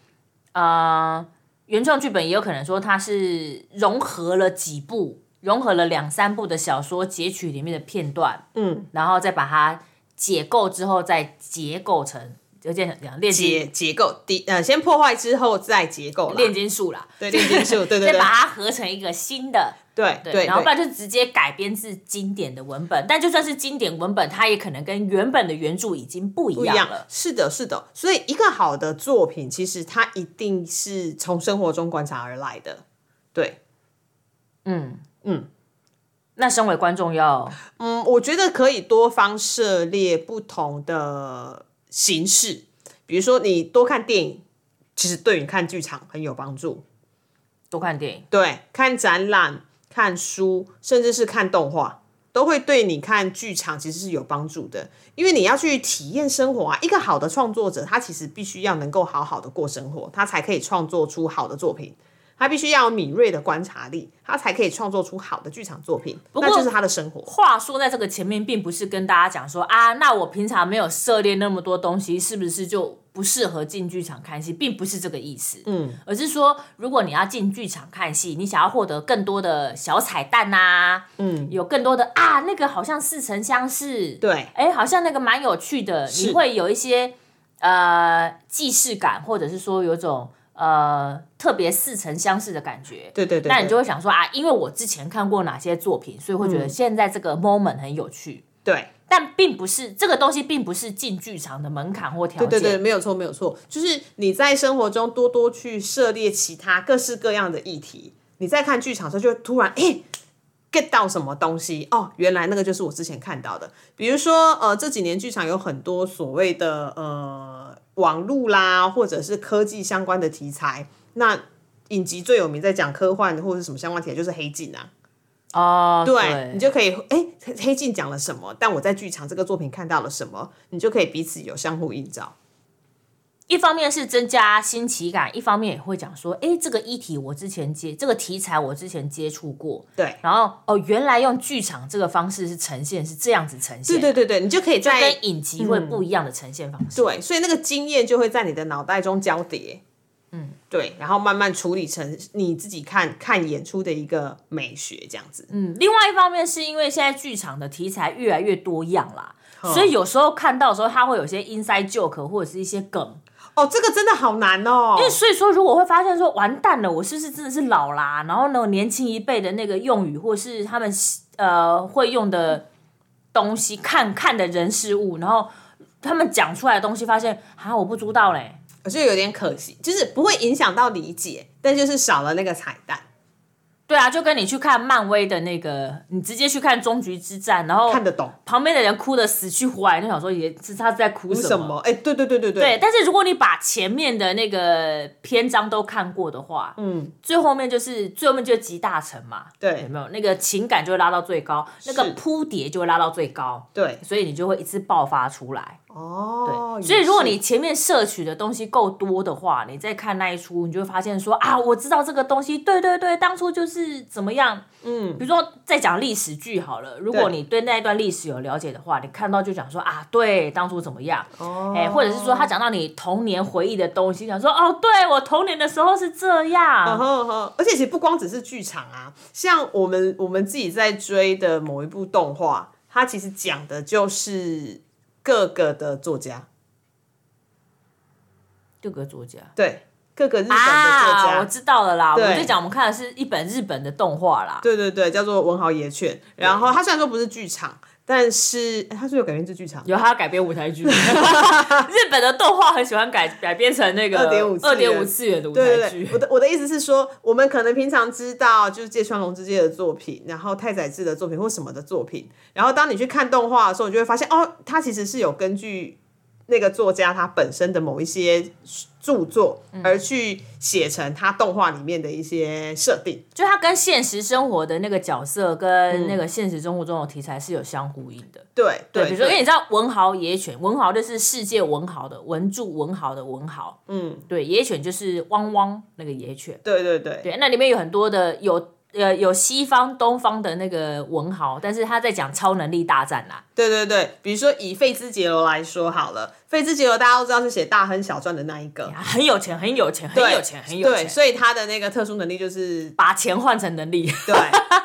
S2: 呃，原创剧本也有可能说它是融合了几部，融合了两三部的小说截取里面的片段，
S1: 嗯，
S2: 然后再把它解构之后再结构成，就这样讲炼
S1: 结
S2: 金
S1: 结构第呃，先破坏之后再结构啦，
S2: 炼金术啦，
S1: 对炼金术，对对
S2: 再
S1: 对
S2: 把它合成一个新的。
S1: 对对对，
S2: 然后不然就直接改编自经典的文本，但就算是经典文本，它也可能跟原本的原著已经不一
S1: 不一
S2: 样
S1: 样
S2: 了。
S1: 是的，是的。所以一个好的作品，其实它一定是从生活中观察而来的。对，
S2: 嗯嗯，那身为观众要
S1: 嗯，我觉得可以多方涉猎不同的形式，比如说你多看电影，其实对你看剧场很有帮助。
S2: 多看电影，
S1: 对，看展览、看书，甚至是看动画，都会对你看剧场其实是有帮助的，因为你要去体验生活啊。一个好的创作者，他其实必须要能够好好的过生活，他才可以创作出好的作品。他必须要有敏锐的观察力，他才可以创作出好的剧场作品。
S2: 过
S1: 那就是他的生活。
S2: 话说在这个前面，并不是跟大家讲说啊，那我平常没有涉猎那么多东西，是不是就不适合进剧场看戏？并不是这个意思，嗯，而是说，如果你要进剧场看戏，你想要获得更多的小彩蛋啊，嗯，有更多的啊，那个好像似曾相识，
S1: 对
S2: 哎，好像那个蛮有趣的，你会有一些呃既视感，或者是说有种呃特别似曾相识的感觉，
S1: 对对对对嗯
S2: 那你就会想说啊，因为我之前看过哪些作品，所以会觉得现在这个 moment 很有趣。
S1: 对
S2: 但并不是这个东西，并不是进剧场的门槛或条件。
S1: 对对，没有错，没有错，就是你在生活中多多去涉猎其他各式各样的议题，你在看剧场的时候就突然哎。诶 get 到什么东西哦？原来那个就是我之前看到的。比如说，呃，这几年剧场有很多所谓的呃网路啦，或者是科技相关的题材。那影集最有名在讲科幻或者是什么相关题材，就是《黑镜》啊。
S2: 哦，
S1: 对你就可以，哎、黑黑镜讲了什么？但我在剧场这个作品看到了什么？你就可以彼此有相互映照。
S2: 一方面是增加新奇感，一方面也会讲说，哎，这个议题我之前接，这个题材我之前接触过。
S1: 对
S2: 然后哦，原来用剧场这个方式是呈现，是这样子呈现，
S1: 对对对对，你就可以在
S2: 跟影集会不一样的呈现方式。
S1: 对，所以那个经验就会在你的脑袋中交叠。嗯，对，然后慢慢处理成你自己看看演出的一个美学这样子。
S2: 嗯，另外一方面是因为现在剧场的题材越来越多样啦，所以有时候看到的时候，它会有些 inside joke 或者是一些梗。
S1: 哦，这个真的好难哦，
S2: 因为所以说，如果会发现说完蛋了，我是不是真的是老啦？然后呢，年轻一辈的那个用语，或是他们呃会用的东西，看看的人事物，然后他们讲出来的东西，发现啊，我不知道嘞。
S1: 我觉得有点可惜，就是不会影响到理解，但就是少了那个彩蛋，
S2: 对啊，就跟你去看漫威的那个，你直接去看终局之战，然后
S1: 看得懂
S2: 旁边的人哭的死去活来，就想说也是他在哭
S1: 什么？哎、对对对对对，
S2: 对，但是如果你把前面的那个篇章都看过的话，嗯，最后面就是最后面就是集大成嘛，
S1: 对
S2: 有没有那个情感就会拉到最高，那个
S1: 是
S2: 铺叠就会拉到最高，
S1: 对
S2: 所以你就会一次爆发出来。
S1: 哦，
S2: 所以如果你
S1: 也是
S2: 前面摄取的东西够多的话，你再看那一出，你就会发现说啊，我知道这个东西，对对对，当初就是怎么样，嗯，比如说再讲历史剧好了，如果
S1: 对
S2: 你对那一段历史有了解的话，你看到就讲说啊，对，当初怎么样，
S1: 哦
S2: 哎、或者是说他讲到你童年回忆的东西，讲说哦，对我童年的时候是这样，
S1: 然后
S2: 哦
S1: 呵，而且其实不光只是剧场啊，像我们我们自己在追的某一部动画，它其实讲的就是各个的作家，
S2: 六个作家
S1: 对，各个日本的作家，
S2: 啊，我知道了啦，我们
S1: 对
S2: 在讲我们看的是一本日本的动画啦，
S1: 对对对，叫做《文豪野犬》。然后它虽然说不是剧场，但是哎它是有改编自剧场。
S2: 有他要改编舞台剧，日本的动画很喜欢改改编成那个
S1: 2.5次
S2: 二
S1: 元
S2: 点五次元的舞
S1: 对
S2: 台
S1: 对
S2: 剧
S1: 对，我。的我的意思是说，我们可能平常知道就是芥川龙之介的作品，然后太宰治的作品或什么的作品，然后当你去看动画的时候，你就会发现哦，它其实是有根据那个作家他本身的某一些著作
S2: 嗯
S1: 而去写成他动画里面的一些设定。
S2: 就它跟现实生活的那个角色跟那个现实生活中的题材是有相呼应的。
S1: 对对，
S2: 比如说，因为
S1: 对
S2: 你知道文豪野犬，文豪就是世界文豪的文著文豪的文豪，嗯，对，野犬就是汪汪那个野犬。
S1: 对对对，
S2: 对，那里面有很多的有呃有西方东方的那个文豪，但是他在讲超能力大战啦。
S1: 对对对，比如说以费兹杰罗来说好了，费兹杰罗大家都知道是写《大亨小传》的那一个，
S2: 很有钱，很有钱，啊很有钱，很有
S1: 对，
S2: 钱，
S1: 所以他的那个特殊能力就是，
S2: 把钱换成能力。
S1: 对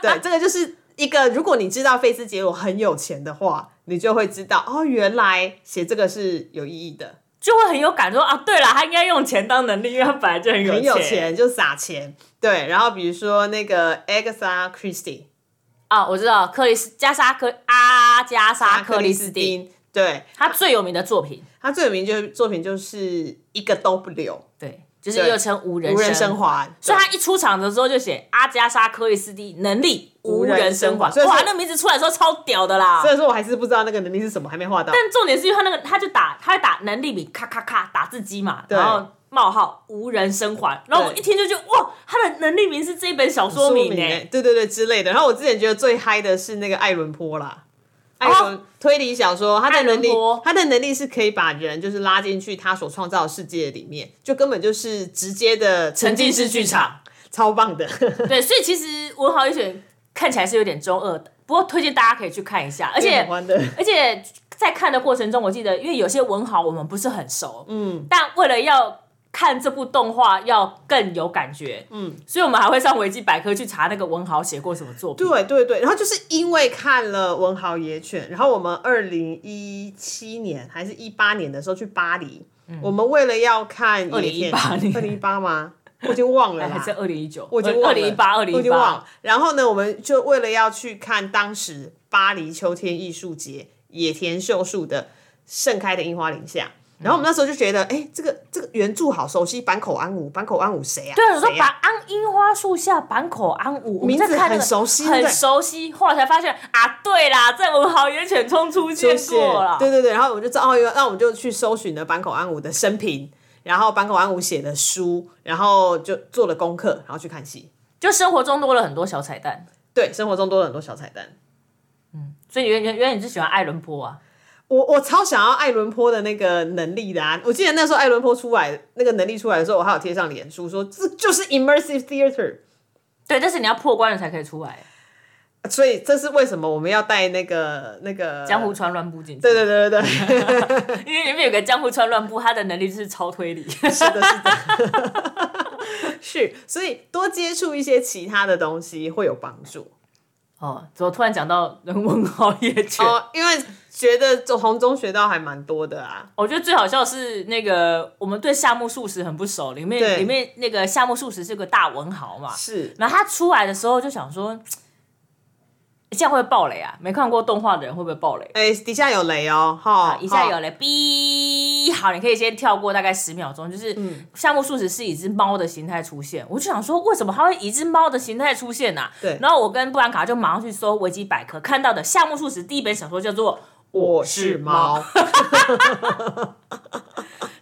S1: 对，这个就是一个，如果你知道费兹杰罗很有钱的话，你就会知道哦，原来写这个是有意义的，
S2: 就会很有感说啊，对了，他应该用钱当能力，因为他本来就很有
S1: 很有
S2: 钱
S1: 钱就撒钱，对，然后比如说那个 Agatha Christie，
S2: 啊。我知道克里斯加沙克阿加莎克里斯汀，
S1: 汀，对
S2: 他最有名的作品，
S1: 他最有名就是作品就是一个都不留，
S2: 对，就是又称无人
S1: 无人生
S2: 生。
S1: 还，
S2: 所以
S1: 对
S2: 他一出场的时候就写阿加莎·克里斯蒂能力无
S1: 人
S2: 人
S1: 生
S2: 生还，
S1: 还所以说
S2: 哇，那名字出来的时候超屌的啦！
S1: 虽然说我还是不知道那个能力是什么，还没画到。
S2: 但重点是因为他那个，他就打，他会打能力比咔咔咔打字机嘛，然后冒号无人生还，然后我
S1: 对
S2: 一听就觉得哇，他的能力名是这一本小说名呢、
S1: 欸对对对之类的。然后我之前觉得最嗨的是那个艾伦坡啦，艾伦、推理小说，他的能力
S2: 哦艾伦坡，
S1: 他的能力是可以把人就是拉进去他所创造的世界里面，就根本就是直接的沉
S2: 沉浸式剧场，
S1: 超棒的。
S2: 对，所以其实文豪一选看起来是有点中二的，不过推荐大家可以去看一下，而且
S1: 喜欢的，
S2: 而且在看的过程中，我记得因为有些文豪我们不是很熟，嗯，但为了要。看这部动画要更有感觉，嗯，所以我们还会上维基百科去查那个文豪写过什么作品。
S1: 对对对。然后就是因为看了《文豪野犬》，然后我们二零一七年还是一八年的时候去巴黎，
S2: 嗯
S1: 我们为了要看
S2: 2018年
S1: 二零一八吗？我已经忘了啦，
S2: 还是二零一九，
S1: 我已经忘
S2: 二
S1: 了
S2: 零一八，二零
S1: 我已
S2: 一
S1: 经忘
S2: 八
S1: 了，。然后呢，我们就为了要去看当时巴黎秋天艺术节野田秀树的《盛开的樱花林下》，然后我们那时候就觉得，哎、这个这个原著好熟悉，坂口安吾，坂口安吾谁啊？
S2: 对啊，我说
S1: 谁
S2: 板
S1: 啊
S2: 安樱花树下坂口安吾，我们
S1: 名字
S2: 在看那个
S1: 很熟悉对
S2: 很熟悉。后来才发现啊，对啦，在文豪野犬中出现
S1: 谢
S2: 过啦。
S1: 对对对，然后我们就知道，哦，原来那我们就去搜寻了坂口安吾的生平，然后坂口安吾写的书，然后就做了功课，然后去看戏。
S2: 就生活中多了很多小彩蛋，
S1: 对，生活中多了很多小彩蛋。
S2: 所以原原原来你是喜欢爱伦坡啊？
S1: 我我超想要艾伦坡的那个能力的啊！我记得那时候艾伦坡出来那个能力出来的时候，我还有贴上脸书说这就是 immersive theater，
S2: 对，但是你要破关了才可以出来，
S1: 所以这是为什么我们要带那个那个
S2: 江湖。川乱步进去。
S1: 对对对对对，
S2: 因为里面有个江湖川乱步，他的能力就是超推理。
S1: 是的，是的。 是，所以多接触一些其他的东西会有帮助
S2: 哦，怎么突然讲到人文行业圈？
S1: 哦，因为觉得从中学到还蛮多的啊。
S2: 我觉得最好笑是那个我们对夏目漱石很不熟，里面
S1: 对
S2: 里面那个夏目漱石是个大文豪嘛，
S1: 是，
S2: 然后他出来的时候就想说，这样会不会爆雷啊？没看过动画的人会不会爆雷？
S1: 哎、底下有雷哦，哈，
S2: 一下
S1: 哈
S2: 有了，哔，好，你可以先跳过大概十秒钟，就是
S1: 嗯
S2: 夏目漱石是以只猫的形态出现，我就想说为什么它会以只猫的形态出现呢、啊？
S1: 对
S2: 然后我跟布兰卡就马上去搜维基百科，看到的夏目漱石第一本小说叫做《
S1: 我是猫，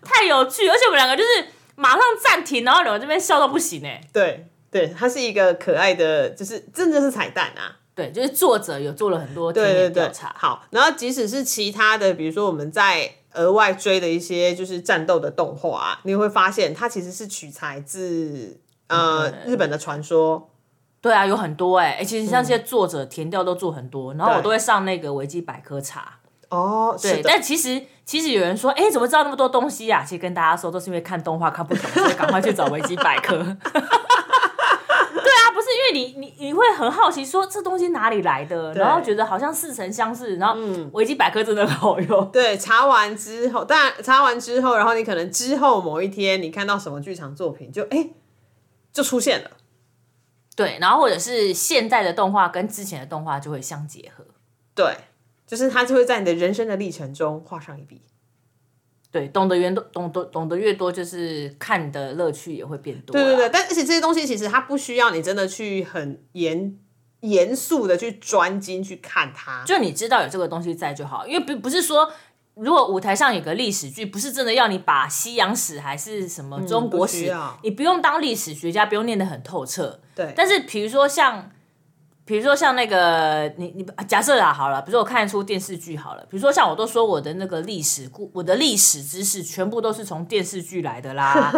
S2: 太有趣，而且我们两个就是马上暂停，然后两个这边笑到不行哎、
S1: 对对，它是一个可爱的，就是真的是彩蛋啊。
S2: 对，就是作者有做了很多田
S1: 对对
S2: 野
S1: 对
S2: 调，查，
S1: 好，然后即使是其他的，比如说我们在额外追的一些就是战斗的动画、啊，你会发现它其实是取材自呃日本的传说，
S2: 对啊，有很多哎、欸其实
S1: 嗯
S2: 像这些作者填调都做很多，然后我都会上那个维基百科查。
S1: 哦，
S2: 对
S1: 是，的，
S2: 但其实其实有人说，哎、怎么知道那么多东西啊？其实跟大家说，都是因为看动画看不懂，所以赶快去找维基百科。 对啊，不是因为你你你会很好奇说这东西哪里来的，然后觉得好像似曾相识，然后维基百科真的很好用。
S1: 嗯对，查完之后，当然查完之后，然后你可能之后某一天你看到什么剧场作品，就哎、就出现了，
S2: 对，然后或者是现在的动画跟之前的动画就会相结合。
S1: 对，就是它就会在你的人生的历程中画上一笔。
S2: 对，懂得越多，懂得懂得越多，就是看的乐趣也会变多啦。啊
S1: 对对对，但而且这些东西其实它不需要你真的去很严严肃的去专精去看它。
S2: 就你知道有这个东西在就好，因为不不是说。如果舞台上有个历史剧，不是真的要你把西洋史还是什么中
S1: 嗯
S2: 国
S1: 不需
S2: 史，
S1: 要
S2: 你不用当历史学家，不用念得很透彻。
S1: 对
S2: 但是比如说像，比如说像那个你你假设啦好了，比如说我看一出电视剧好了，比如说像我都说我的那个历史故，我的历史知识全部都是从电视剧来的 啦，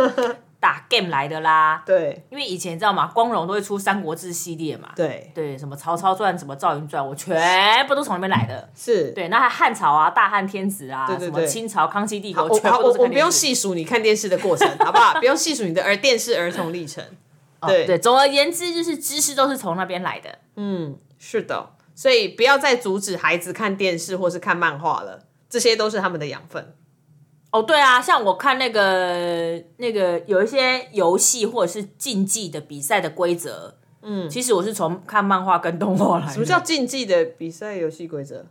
S2: 打 game 来的啦。
S1: 对
S2: 因为以前你知道吗，光荣都会出《三国志》系列嘛，
S1: 对
S2: 对，什么曹操传、什么赵云传，我全部都从那边来的。
S1: 是，
S2: 对，那还汉朝啊、大汉天子啊，
S1: 对
S2: 什么
S1: 对
S2: 清朝、康熙帝国，
S1: 我
S2: 全
S1: 好
S2: 部
S1: 我
S2: 都是
S1: 我
S2: 看
S1: 不
S2: 电
S1: 用
S2: 视。
S1: 细数你看电视的过程， 好不好？不用细数你的儿电视儿童历程。
S2: 对对，总而言之，就是知识都是从那边来的。
S1: 嗯是的，所以不要再阻止孩子看电视或是看漫画了，这些都是他们的养分。
S2: 哦，对啊，像我看那个那个有一些游戏或者是竞技的比赛的规则，嗯，其实我是从看漫画跟动画来的。什
S1: 什么叫竞技的比赛游戏规则？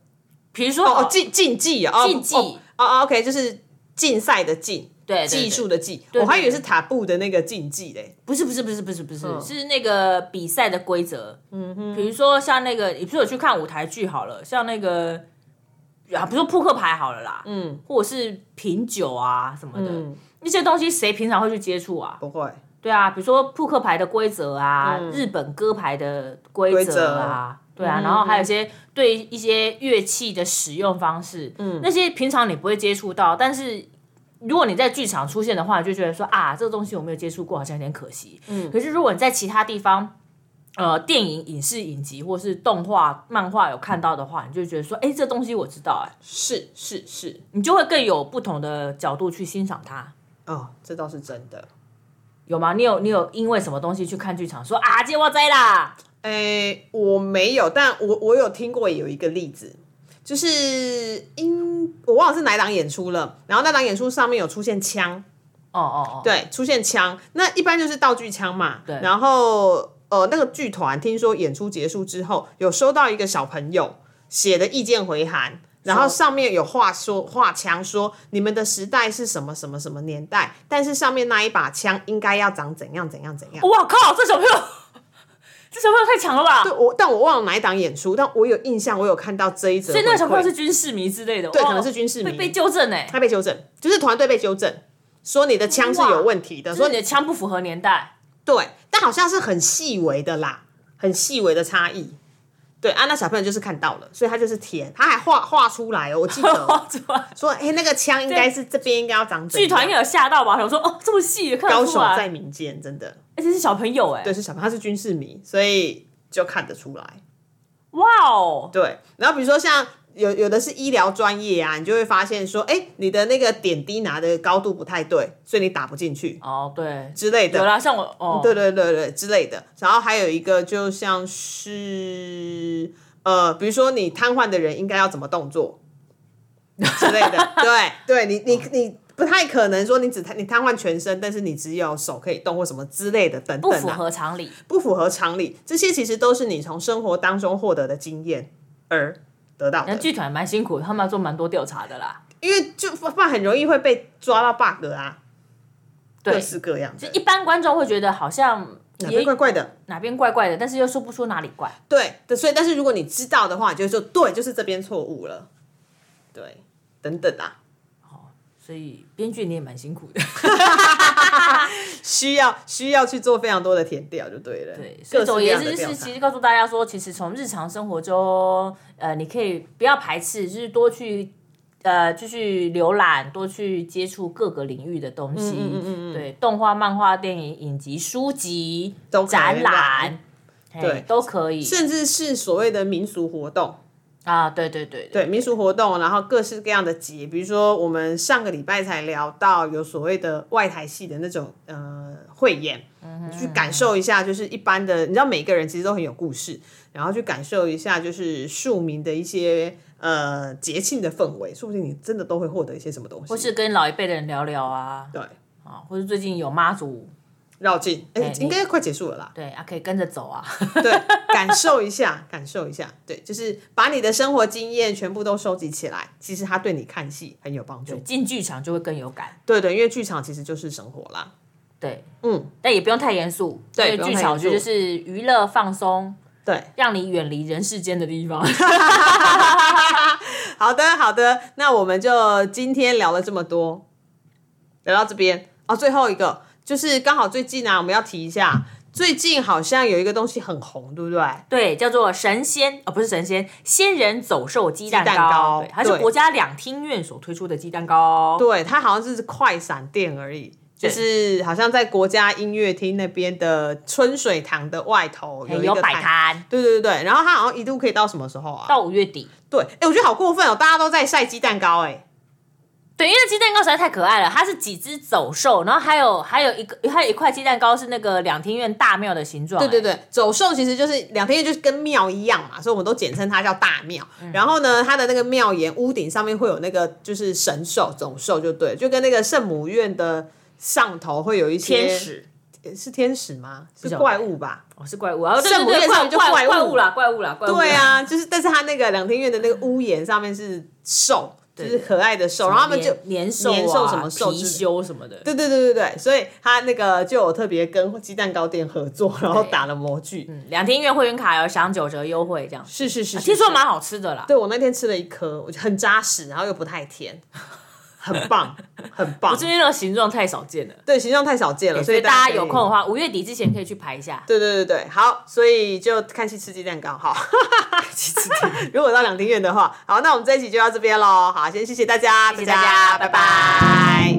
S2: 比如说
S1: 哦，竞竞技啊，哦
S2: 竞技
S1: 哦哦哦，OK，就是竞赛的竞，
S2: 对对对
S1: 技术的技，
S2: 对
S1: 我还以为
S2: 对
S1: 是塔布的那个竞技嘞。
S2: 不是不是不是不是不是、是那个比赛的规则。嗯哼，比如说像那个，你不是有去看舞台剧好了，像那个啊，比如说扑克牌好了啦，嗯，或者是品酒啊什么的，那些东西谁平常会去接触啊？
S1: 不会，
S2: 对啊，比如说扑克牌的规则啊，日本歌牌的规则啊。对啊，然后还有一些对一些乐器的使用方式，嗯，那些平常你不会接触到，但是如果你在剧场出现的话，你就觉得说啊，这个东西我没有接触过，好像有点可惜。嗯，可是如果你在其他地方，呃，电影、影视、影集或是动画、漫画有看到的话，你就觉得说，哎，这东西我知道、哎，
S1: 是是是，
S2: 你就会更有不同的角度去欣赏它。
S1: 哦，这倒是真的。
S2: 有吗？你有你有因为什么东西去看剧场说啊，这我栽啦？
S1: 诶，我没有，但我我有听过有一个例子，就是因我忘了是哪一档演出了，然后那档演出上面有出现枪，
S2: 哦哦哦，
S1: 对，出现枪，那一般就是道具枪嘛。对然后呃，那个剧团听说演出结束之后，有收到一个小朋友写的意见回函，然后上面有话说话墙说你们的时代是什么什么什么年代，但是上面那一把枪应该要长怎样怎样怎样。
S2: 哇靠，这小朋友， 这小朋友太强了吧？
S1: 对我，但我忘了哪一档演出，但我有印象，我有看到这一则回馈。
S2: 所以那个小朋友是军事迷之类的，对
S1: 可能是军事迷
S2: 被被纠正哎、
S1: 他被纠正，就是团队被纠正，说你的枪是有问题的，
S2: 说
S1: 说
S2: 你的枪不符合年代，
S1: 对，但好像是很细微的啦，很细微的差异。对啊，那小朋友就是看到了，所以他就是填，他还画画出来哦，我 记得说，哎、那个枪应该是这边应该要长怎
S2: 剧团应
S1: 样
S2: 该有吓到吧？想说哦，这么细看
S1: 高
S2: 得
S1: 手
S2: 出来，
S1: 在民间，真的，
S2: 而且是小朋友哎、
S1: 对，是小朋友，他是军事迷，所以就看得出来。
S2: 哇哦，
S1: 对，然后比如说像有有的是医疗专业啊，你就会发现说，哎、你的那个点滴拿的高度不太对，所以你打不进去
S2: 哦，对，
S1: 之类的
S2: 有。啦，像我哦，
S1: 对对对对之类的。然后还有一个就像是呃，比如说你瘫痪的人应该要怎么动 作之类的，对对，你你你。不太可能说你只瘫你瘫痪全身，但是你只有手可以动或什么之类的等
S2: 不
S1: 等、啊，
S2: 符合常理，
S1: 不符合常理，这些其实都是你从生活当中获得的经验而得到
S2: 那
S1: 的，
S2: 剧团蛮辛苦，他们要做蛮多调查的啦。
S1: 因为就不然很容易会被抓到 bug 啊，各
S2: 对，
S1: 式各样
S2: 一
S1: 的，
S2: 般观众会觉得好像
S1: 哪
S2: 也
S1: 边怪怪的，
S2: 哪边怪怪的，但是又说不出哪里怪。
S1: 对对，所以但是如果你知道的话，你就会说对，就是这边错误了，对，等等啊，
S2: 所以编剧你也蛮辛 苦的，
S1: 需要需要去做非常多的填调就对了，
S2: 对。所
S1: 各
S2: 以
S1: 式
S2: 总而
S1: 各
S2: 言
S1: 样
S2: 之，
S1: 的
S2: 就
S1: 调
S2: 是
S1: 查
S2: 其实告诉大家说，其实从日常生活中，呃，你可以不要排斥，就是多去。呃，就去浏览，多去接触各个领域的东西，
S1: 嗯嗯嗯嗯
S2: 对，动画、漫画、电影、影集、书籍、
S1: 都可以
S2: 展览
S1: 啦，
S2: 嘿
S1: 对
S2: 都可以
S1: 甚至是所谓的民俗活动，
S2: 啊，对对对对
S1: 对民俗活动，然后各式各样的节，比如说我们上个礼拜才聊到有所谓的外台戏的那种呃汇演，去感受一下，就是一般的，你知道每个人其实都很有故事，然后去感受一下就是庶民的一些呃节庆的氛围，说不定你真的都会获得一些什么东西，
S2: 或是跟老一辈的人聊聊啊，
S1: 对
S2: 啊，或是最近有妈祖，
S1: 绕境，哎、
S2: 你
S1: 应该快结束了啦。
S2: 对啊，可以跟着走啊，
S1: 对，感受一下，感受一下，对，就是把你的生活经验全部都收集起来，其实它对你看戏很有帮助。
S2: 进剧场就会更有感。
S1: 对对，因为剧场其实就是生活啦。
S2: 对，
S1: 嗯，
S2: 但也不用太严肃，
S1: 对
S2: 因为
S1: 不用
S2: 剧
S1: 太
S2: 场我
S1: 严
S2: 觉得就
S1: 肃
S2: 是娱乐放松，
S1: 对，
S2: 让你远离人世间的 地方。
S1: 好的好的，那我们就今天聊了这么多，聊到这边哦。最后一个就是刚好最近啊，我们要提一下，最近好像有一个东西很红，对不对？
S2: 对，叫做神仙哦，不是神仙，仙人走兽鸡蛋糕，
S1: 鸡蛋糕
S2: 对，它是
S1: 对
S2: 国家两厅院所推出的鸡蛋糕。
S1: 对，它好像是快闪店而已，就是好像在国家音乐厅那边的春水堂的外头有一
S2: 有
S1: 个
S2: 摆摊
S1: 对对对，然后它好像一度可以到什么时候啊？
S2: 到五月底，
S1: 对，哎、我觉得好过分哦，大家都在晒鸡蛋糕、哎，
S2: 对，因为鸡蛋糕实在太可爱了，它是几只走兽，然后还有还有一个还有一块鸡蛋糕是那个两厅院大庙的形状。哎
S1: 对对
S2: 对，
S1: 对，走兽其实就是两天就是跟庙一样嘛，所以我们都简称它叫大庙。
S2: 嗯
S1: 然后呢，它的那个庙檐屋顶上面会有那个就是神兽走兽，就对，就跟那个圣母院的上头会有一些
S2: 天使
S1: 是天使吗？是
S2: 叫
S1: 怪物吧？
S2: 哦是怪物啊，对
S1: 圣母
S2: 对对
S1: 院上
S2: 怪
S1: 面就
S2: 怪
S1: 怪物
S2: 怪物啦，怪物啦，怪物啦。
S1: 对啊，就是，但是他那个两厅院的那个屋檐上面是兽，就是可爱的兽，然后他们就
S2: 年兽、啊、
S1: 年兽什么兽
S2: 貔
S1: 之类
S2: 貅什么的，
S1: 对对对对对，所以他那个就有特别跟鸡蛋糕店合作，然后打了模具，
S2: 嗯两天音乐会员卡有享九折优惠这样。
S1: 是是是，是
S2: 听说
S1: 是
S2: 蛮好吃的啦，
S1: 对我那天吃了一颗，我就很扎实，然后又不太甜，很棒，很棒
S2: 我。这边那个形状太少见了，
S1: 对，形状太少见了，
S2: 所
S1: 所
S2: 以
S1: 以
S2: 大家
S1: 可以
S2: 有空的话，五月底之前可以去排一下。
S1: 对对对对，好，所以就看戏吃鸡蛋糕， 好。如果到两厅院的话，好，那我们这一期就到这边喽。好，先谢谢大家，
S2: 谢谢大家拜拜
S1: 拜拜